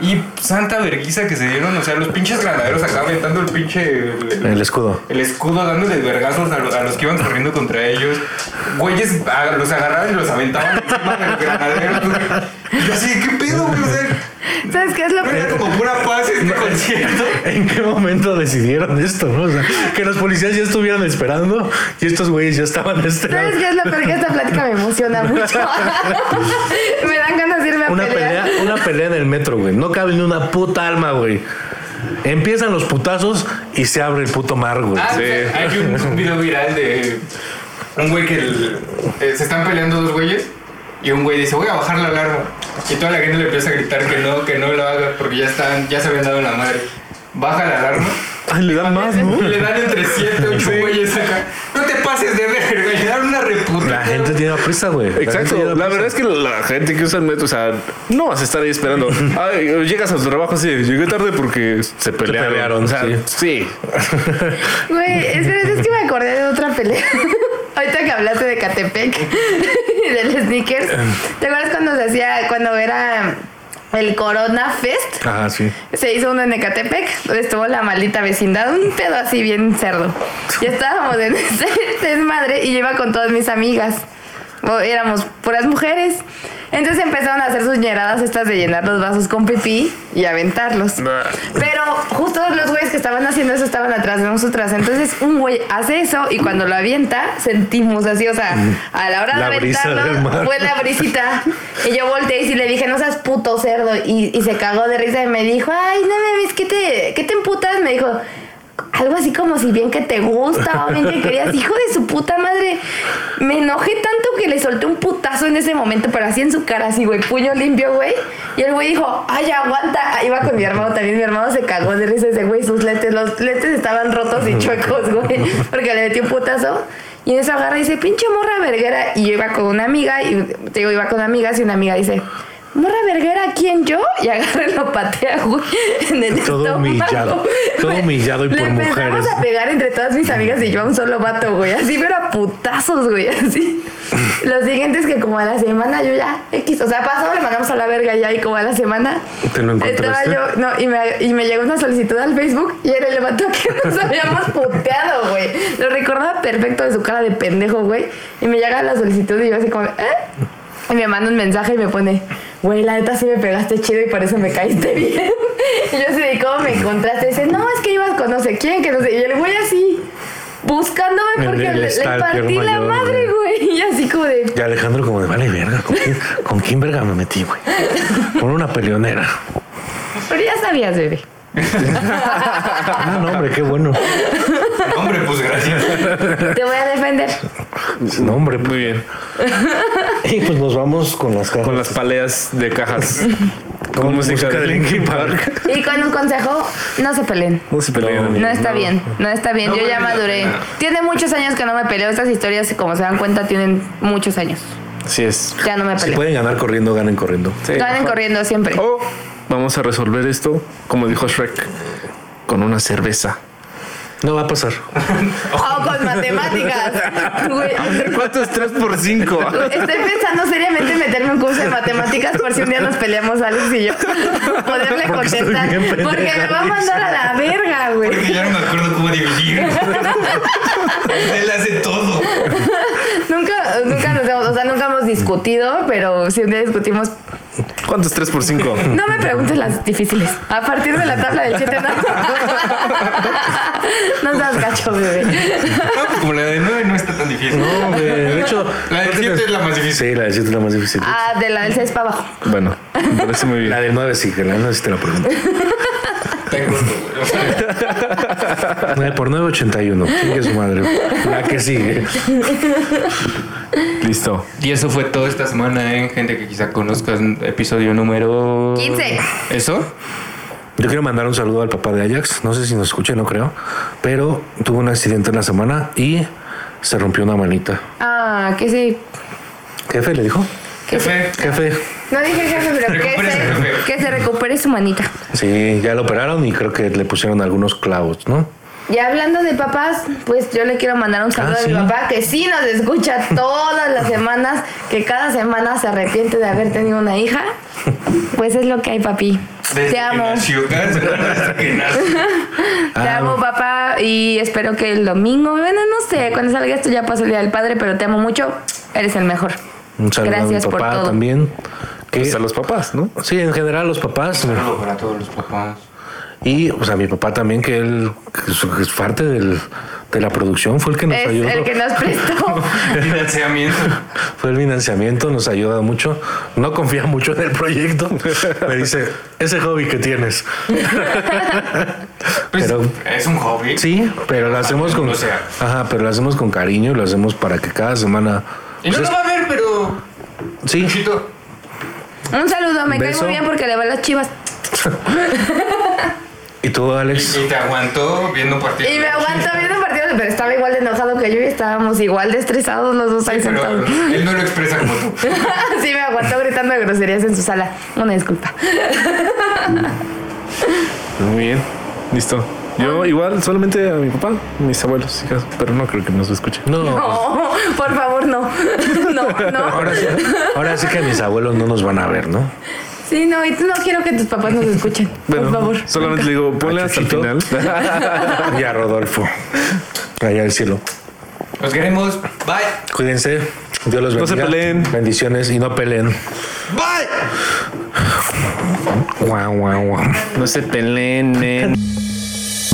S3: Y santa verguiza que se dieron, o sea, los pinches granaderos acá aventando el pinche.
S4: El escudo.
S3: El escudo dándole vergazos a, lo- a los que iban corriendo contra ellos. Güeyes a- los agarraban y los aventaban encima del granadero. güey. Y yo así, ¿qué pedo, güey? O sea,
S2: ¿Sabes qué es lo
S3: no era
S2: peor?
S3: como pura paz este concierto.
S4: ¿En qué momento decidieron esto? no? O sea, que los policías ya estuvieran esperando y estos güeyes ya estaban de este lado.
S2: ¿Sabes qué es lo peor? Que esta plática me emociona mucho. me dan ganas de irme a
S4: Una
S2: pelear.
S4: pelea, una pelea en el metro, güey. No cabe ni una puta alma, güey. Empiezan los putazos y se abre el puto mar, güey.
S3: Ah,
S5: Sí.
S3: Hay un, un video viral de un güey que el- eh, se están peleando dos güeyes y un güey dice, voy a bajar la alarma. Y toda la gente le empieza a gritar que no, que no lo haga porque ya, están, ya se habían dado en la madre. Baja la alarma.
S4: Ay, le dan más, ¿no?
S3: Le dan entre 7, 8 güeyes acá. No te pases de verga, le dan una reputa.
S4: La gente tiene prisa, güey. La gente
S5: Exacto,
S4: tiene
S5: la
S4: prisa.
S5: verdad es que la gente que usa el metro, o sea, no vas a estar ahí esperando. Ay, llegas a tu trabajo así, de, llegué tarde porque se pelearon.
S4: pelearon,
S5: o sea,
S4: sí.
S5: sí.
S2: Güey, espera, es que me acordé de otra pelea. Ahorita que hablaste de Catepec, del sneakers. ¿Te acuerdas cuando se hacía, cuando era el Corona Fest?
S4: Ah, sí.
S2: Se hizo uno en Ecatepec, donde estuvo la maldita vecindad, un pedo así bien cerdo. Y estábamos en ese desmadre y yo iba con todas mis amigas. O- Éramos puras mujeres. Entonces empezaron a hacer sus ñeradas estas de llenar los vasos con pipí y aventarlos. Pero justo los güeyes que estaban haciendo eso estaban atrás de nosotras. Entonces un güey hace eso y cuando lo avienta sentimos así, o sea, a la hora de
S4: La brisa del
S2: aventarlo,
S4: mar.
S2: fue la brisita. Y yo volteé y sí le dije, no seas puto cerdo. Y, y se cagó de risa y me dijo, ay, no mames, ¿qué te, ¿qué te emputas? Me dijo, algo así como si bien que te gusta o bien que querías. Hijo de su puta madre. Me enojé tanto que le solté un putazo en ese momento, pero así en su cara, así, güey, puño limpio, güey. Y el güey dijo, ay, aguanta. Ahí va con mi hermano también. Mi hermano se cagó de risa ese güey, sus lentes, los lentes estaban rotos y chuecos, güey, porque le metí un putazo. Y en eso agarra y dice, pinche morra verguera. Y yo iba con una amiga, y te digo, iba con amigas, y una amiga dice, morra verguera, ¿quién yo? Y agarra y lo patea, güey, en el
S4: Todo
S2: estómago.
S4: humillado, todo
S2: Güey,
S4: humillado y
S2: le
S4: por
S2: empezamos
S4: mujeres.
S2: a pegar entre todas mis amigas y yo a un solo vato, güey. Así, pero a putazos, güey, así. Los siguientes que como a la semana yo ya, X, o sea, pasó, le mandamos a la verga ya y como a la semana.
S4: ¿Te lo
S2: Estaba
S4: encontraste?
S2: yo, no, y me, y me llegó una solicitud al Facebook y era el vato que nos habíamos puteado, güey. Lo recordaba perfecto de su cara de pendejo, güey. Y me llega la solicitud y yo así como, ¿eh? Y me manda un mensaje y me pone, güey, la neta sí me pegaste chido y por eso me caíste bien. Y yo así de, ¿cómo me encontraste? Y dice, no, es que ibas con no sé quién, que no sé. Y el güey así,
S4: El-
S2: buscándome porque
S4: el
S2: le, le
S4: stalker
S2: partí la
S4: mayor,
S2: madre, güey. Y así como de,
S4: Y Alejandro como de vale verga, ¿con quién, con quién verga me metí, güey? Con una peleonera.
S2: pero ya sabías, bebé.
S4: Ah, no, hombre, qué bueno.
S3: Hombre, pues gracias.
S2: Te voy a defender.
S4: No, hombre.
S5: Muy bien.
S4: Y pues nos vamos con las cajas.
S5: Con las paleas de cajas. Con,
S4: Con
S5: música, de Linkin Park.
S2: Y con un consejo, no se peleen.
S5: No se peleen,
S4: No.
S5: amigos.
S2: No está bien, no está bien.
S3: No
S2: Yo ya
S3: vale la
S2: maduré.
S3: pena.
S2: Tiene muchos años que no me peleo. Estas historias, como se dan cuenta, tienen muchos años.
S5: Así es.
S2: Ya no me
S4: Si
S2: peleo.
S4: pueden ganar corriendo, ganen corriendo.
S5: Sí,
S2: Ganen
S5: mejor. Oh.
S2: corriendo siempre.
S5: O vamos a resolver esto, como dijo Shrek, con una cerveza.
S4: No va a pasar.
S2: O Oh, con matemáticas. Güey,
S5: ¿Cuánto es 3 por 5?
S2: Estoy pensando seriamente en meterme un curso de matemáticas por si un día nos peleamos Alex y yo. Poderle contestar.
S4: estoy bien pendeja,
S2: Porque me va a mandar a la verga, güey.
S3: Porque ya no me acuerdo cómo dividir. Él hace todo.
S2: Nunca, nunca nos hemos, o sea, nunca hemos discutido, pero si un día discutimos,
S5: ¿Cuánto es 3 por 5?
S2: No me preguntes las difíciles. A partir de la tabla del 7, no. No seas gacho, bebé.
S3: No, pues como la de 9 no está tan difícil.
S4: No, güey. De hecho,
S3: La del
S4: no
S3: 7
S4: tienes-
S3: es la más difícil.
S4: Sí, la del 7 es la más difícil.
S2: Ah, de la del 6 para abajo.
S5: Bueno, me parece muy
S4: La
S5: bien.
S4: del 9 sí, que la 9 sí te la pregunto.
S3: Está en corto, güey. O sea,
S4: Eh, Por 981, chingue su madre. La que sigue.
S5: Listo.
S3: Y eso fue todo esta semana, ¿eh? Gente que quizá conozcas. Episodio número...
S2: 15.
S3: ¿Eso?
S4: Yo quiero mandar un saludo al papá de Ajax. No sé si nos escucha, no creo. Pero tuvo un accidente en la semana y se rompió una manita.
S2: Ah, que sí.
S4: Jefe, le dijo.
S3: ¿Qué fue?
S4: Jefe,
S2: No dije jefe, pero que
S3: Recupérese,
S2: se,
S3: jefe.
S2: que se recupere su manita.
S4: Sí, ya lo operaron y creo que le pusieron algunos clavos, ¿no?
S2: Ya hablando de papás, pues yo le quiero mandar un saludo
S4: sí.
S2: a mi papá que sí nos escucha todas las semanas, que cada semana se arrepiente de haber tenido una hija. Pues es lo que hay, papi.
S3: Desde
S2: Te amo.
S3: que nació, cada semana desde que nació.
S2: Te
S4: Ah.
S2: amo, papá, y espero que el domingo, bueno, no sé, cuando salga esto ya pasó el Día del Padre, pero te amo mucho. Eres el mejor.
S4: Un saludo
S2: Gracias
S4: a mi
S2: por
S4: papá
S2: todo.
S4: también. Que,
S5: Pues a los papás, ¿no?
S4: sí, en general los papás.
S3: Saludo para todos los papás.
S4: Y pues a mi papá también, que él que es que es parte del- de la producción, fue el que nos
S2: Es
S4: ayudó.
S2: el que nos prestó.
S3: Financiamiento.
S4: Fue el financiamiento, nos ayuda mucho. No confía mucho en el proyecto. Me dice, ese hobby que tienes.
S3: Pues,
S4: Pero-
S3: es un hobby.
S4: Sí, pero
S5: ah,
S4: lo hacemos con.
S3: O sea.
S4: Ajá, pero lo hacemos con cariño y lo hacemos para que cada semana.
S3: Y no
S4: pues,
S3: lo va a ver, pero.
S4: es- sí,
S3: Chito.
S2: Un saludo, me cae
S4: Beso.
S2: muy bien porque le va a las chivas.
S4: y tú, Alex.
S3: Y te aguantó viendo un partido.
S2: Y me aguanto viendo partidos, pero estaba igual de enojado que yo y estábamos igual de estresados los dos ahí
S3: Pero
S2: sentados.
S3: él no lo expresa como tú.
S2: sí, me aguantó gritando de groserías en su sala. Una disculpa.
S5: Muy bien, listo. Yo igual solamente a mi papá, mis abuelos, si acaso, pero no creo que nos escuchen.
S4: No,
S2: No, por favor, no. No, no.
S4: Ahora, sí, ahora sí que mis abuelos no nos van a ver, ¿no?
S2: Sí, no, y no quiero que tus papás nos escuchen.
S5: Bueno,
S2: por favor.
S5: solamente le digo, ponle
S4: A
S5: hasta el
S4: Chuchito.
S5: final.
S4: Y a Rodolfo. Allá del cielo.
S3: Los queremos. Bye.
S4: Cuídense. Dios los bendiga.
S5: No se peleen.
S4: Bendiciones y no peleen.
S3: Bye.
S4: Guau, guau, guau.
S5: No se peleen, men.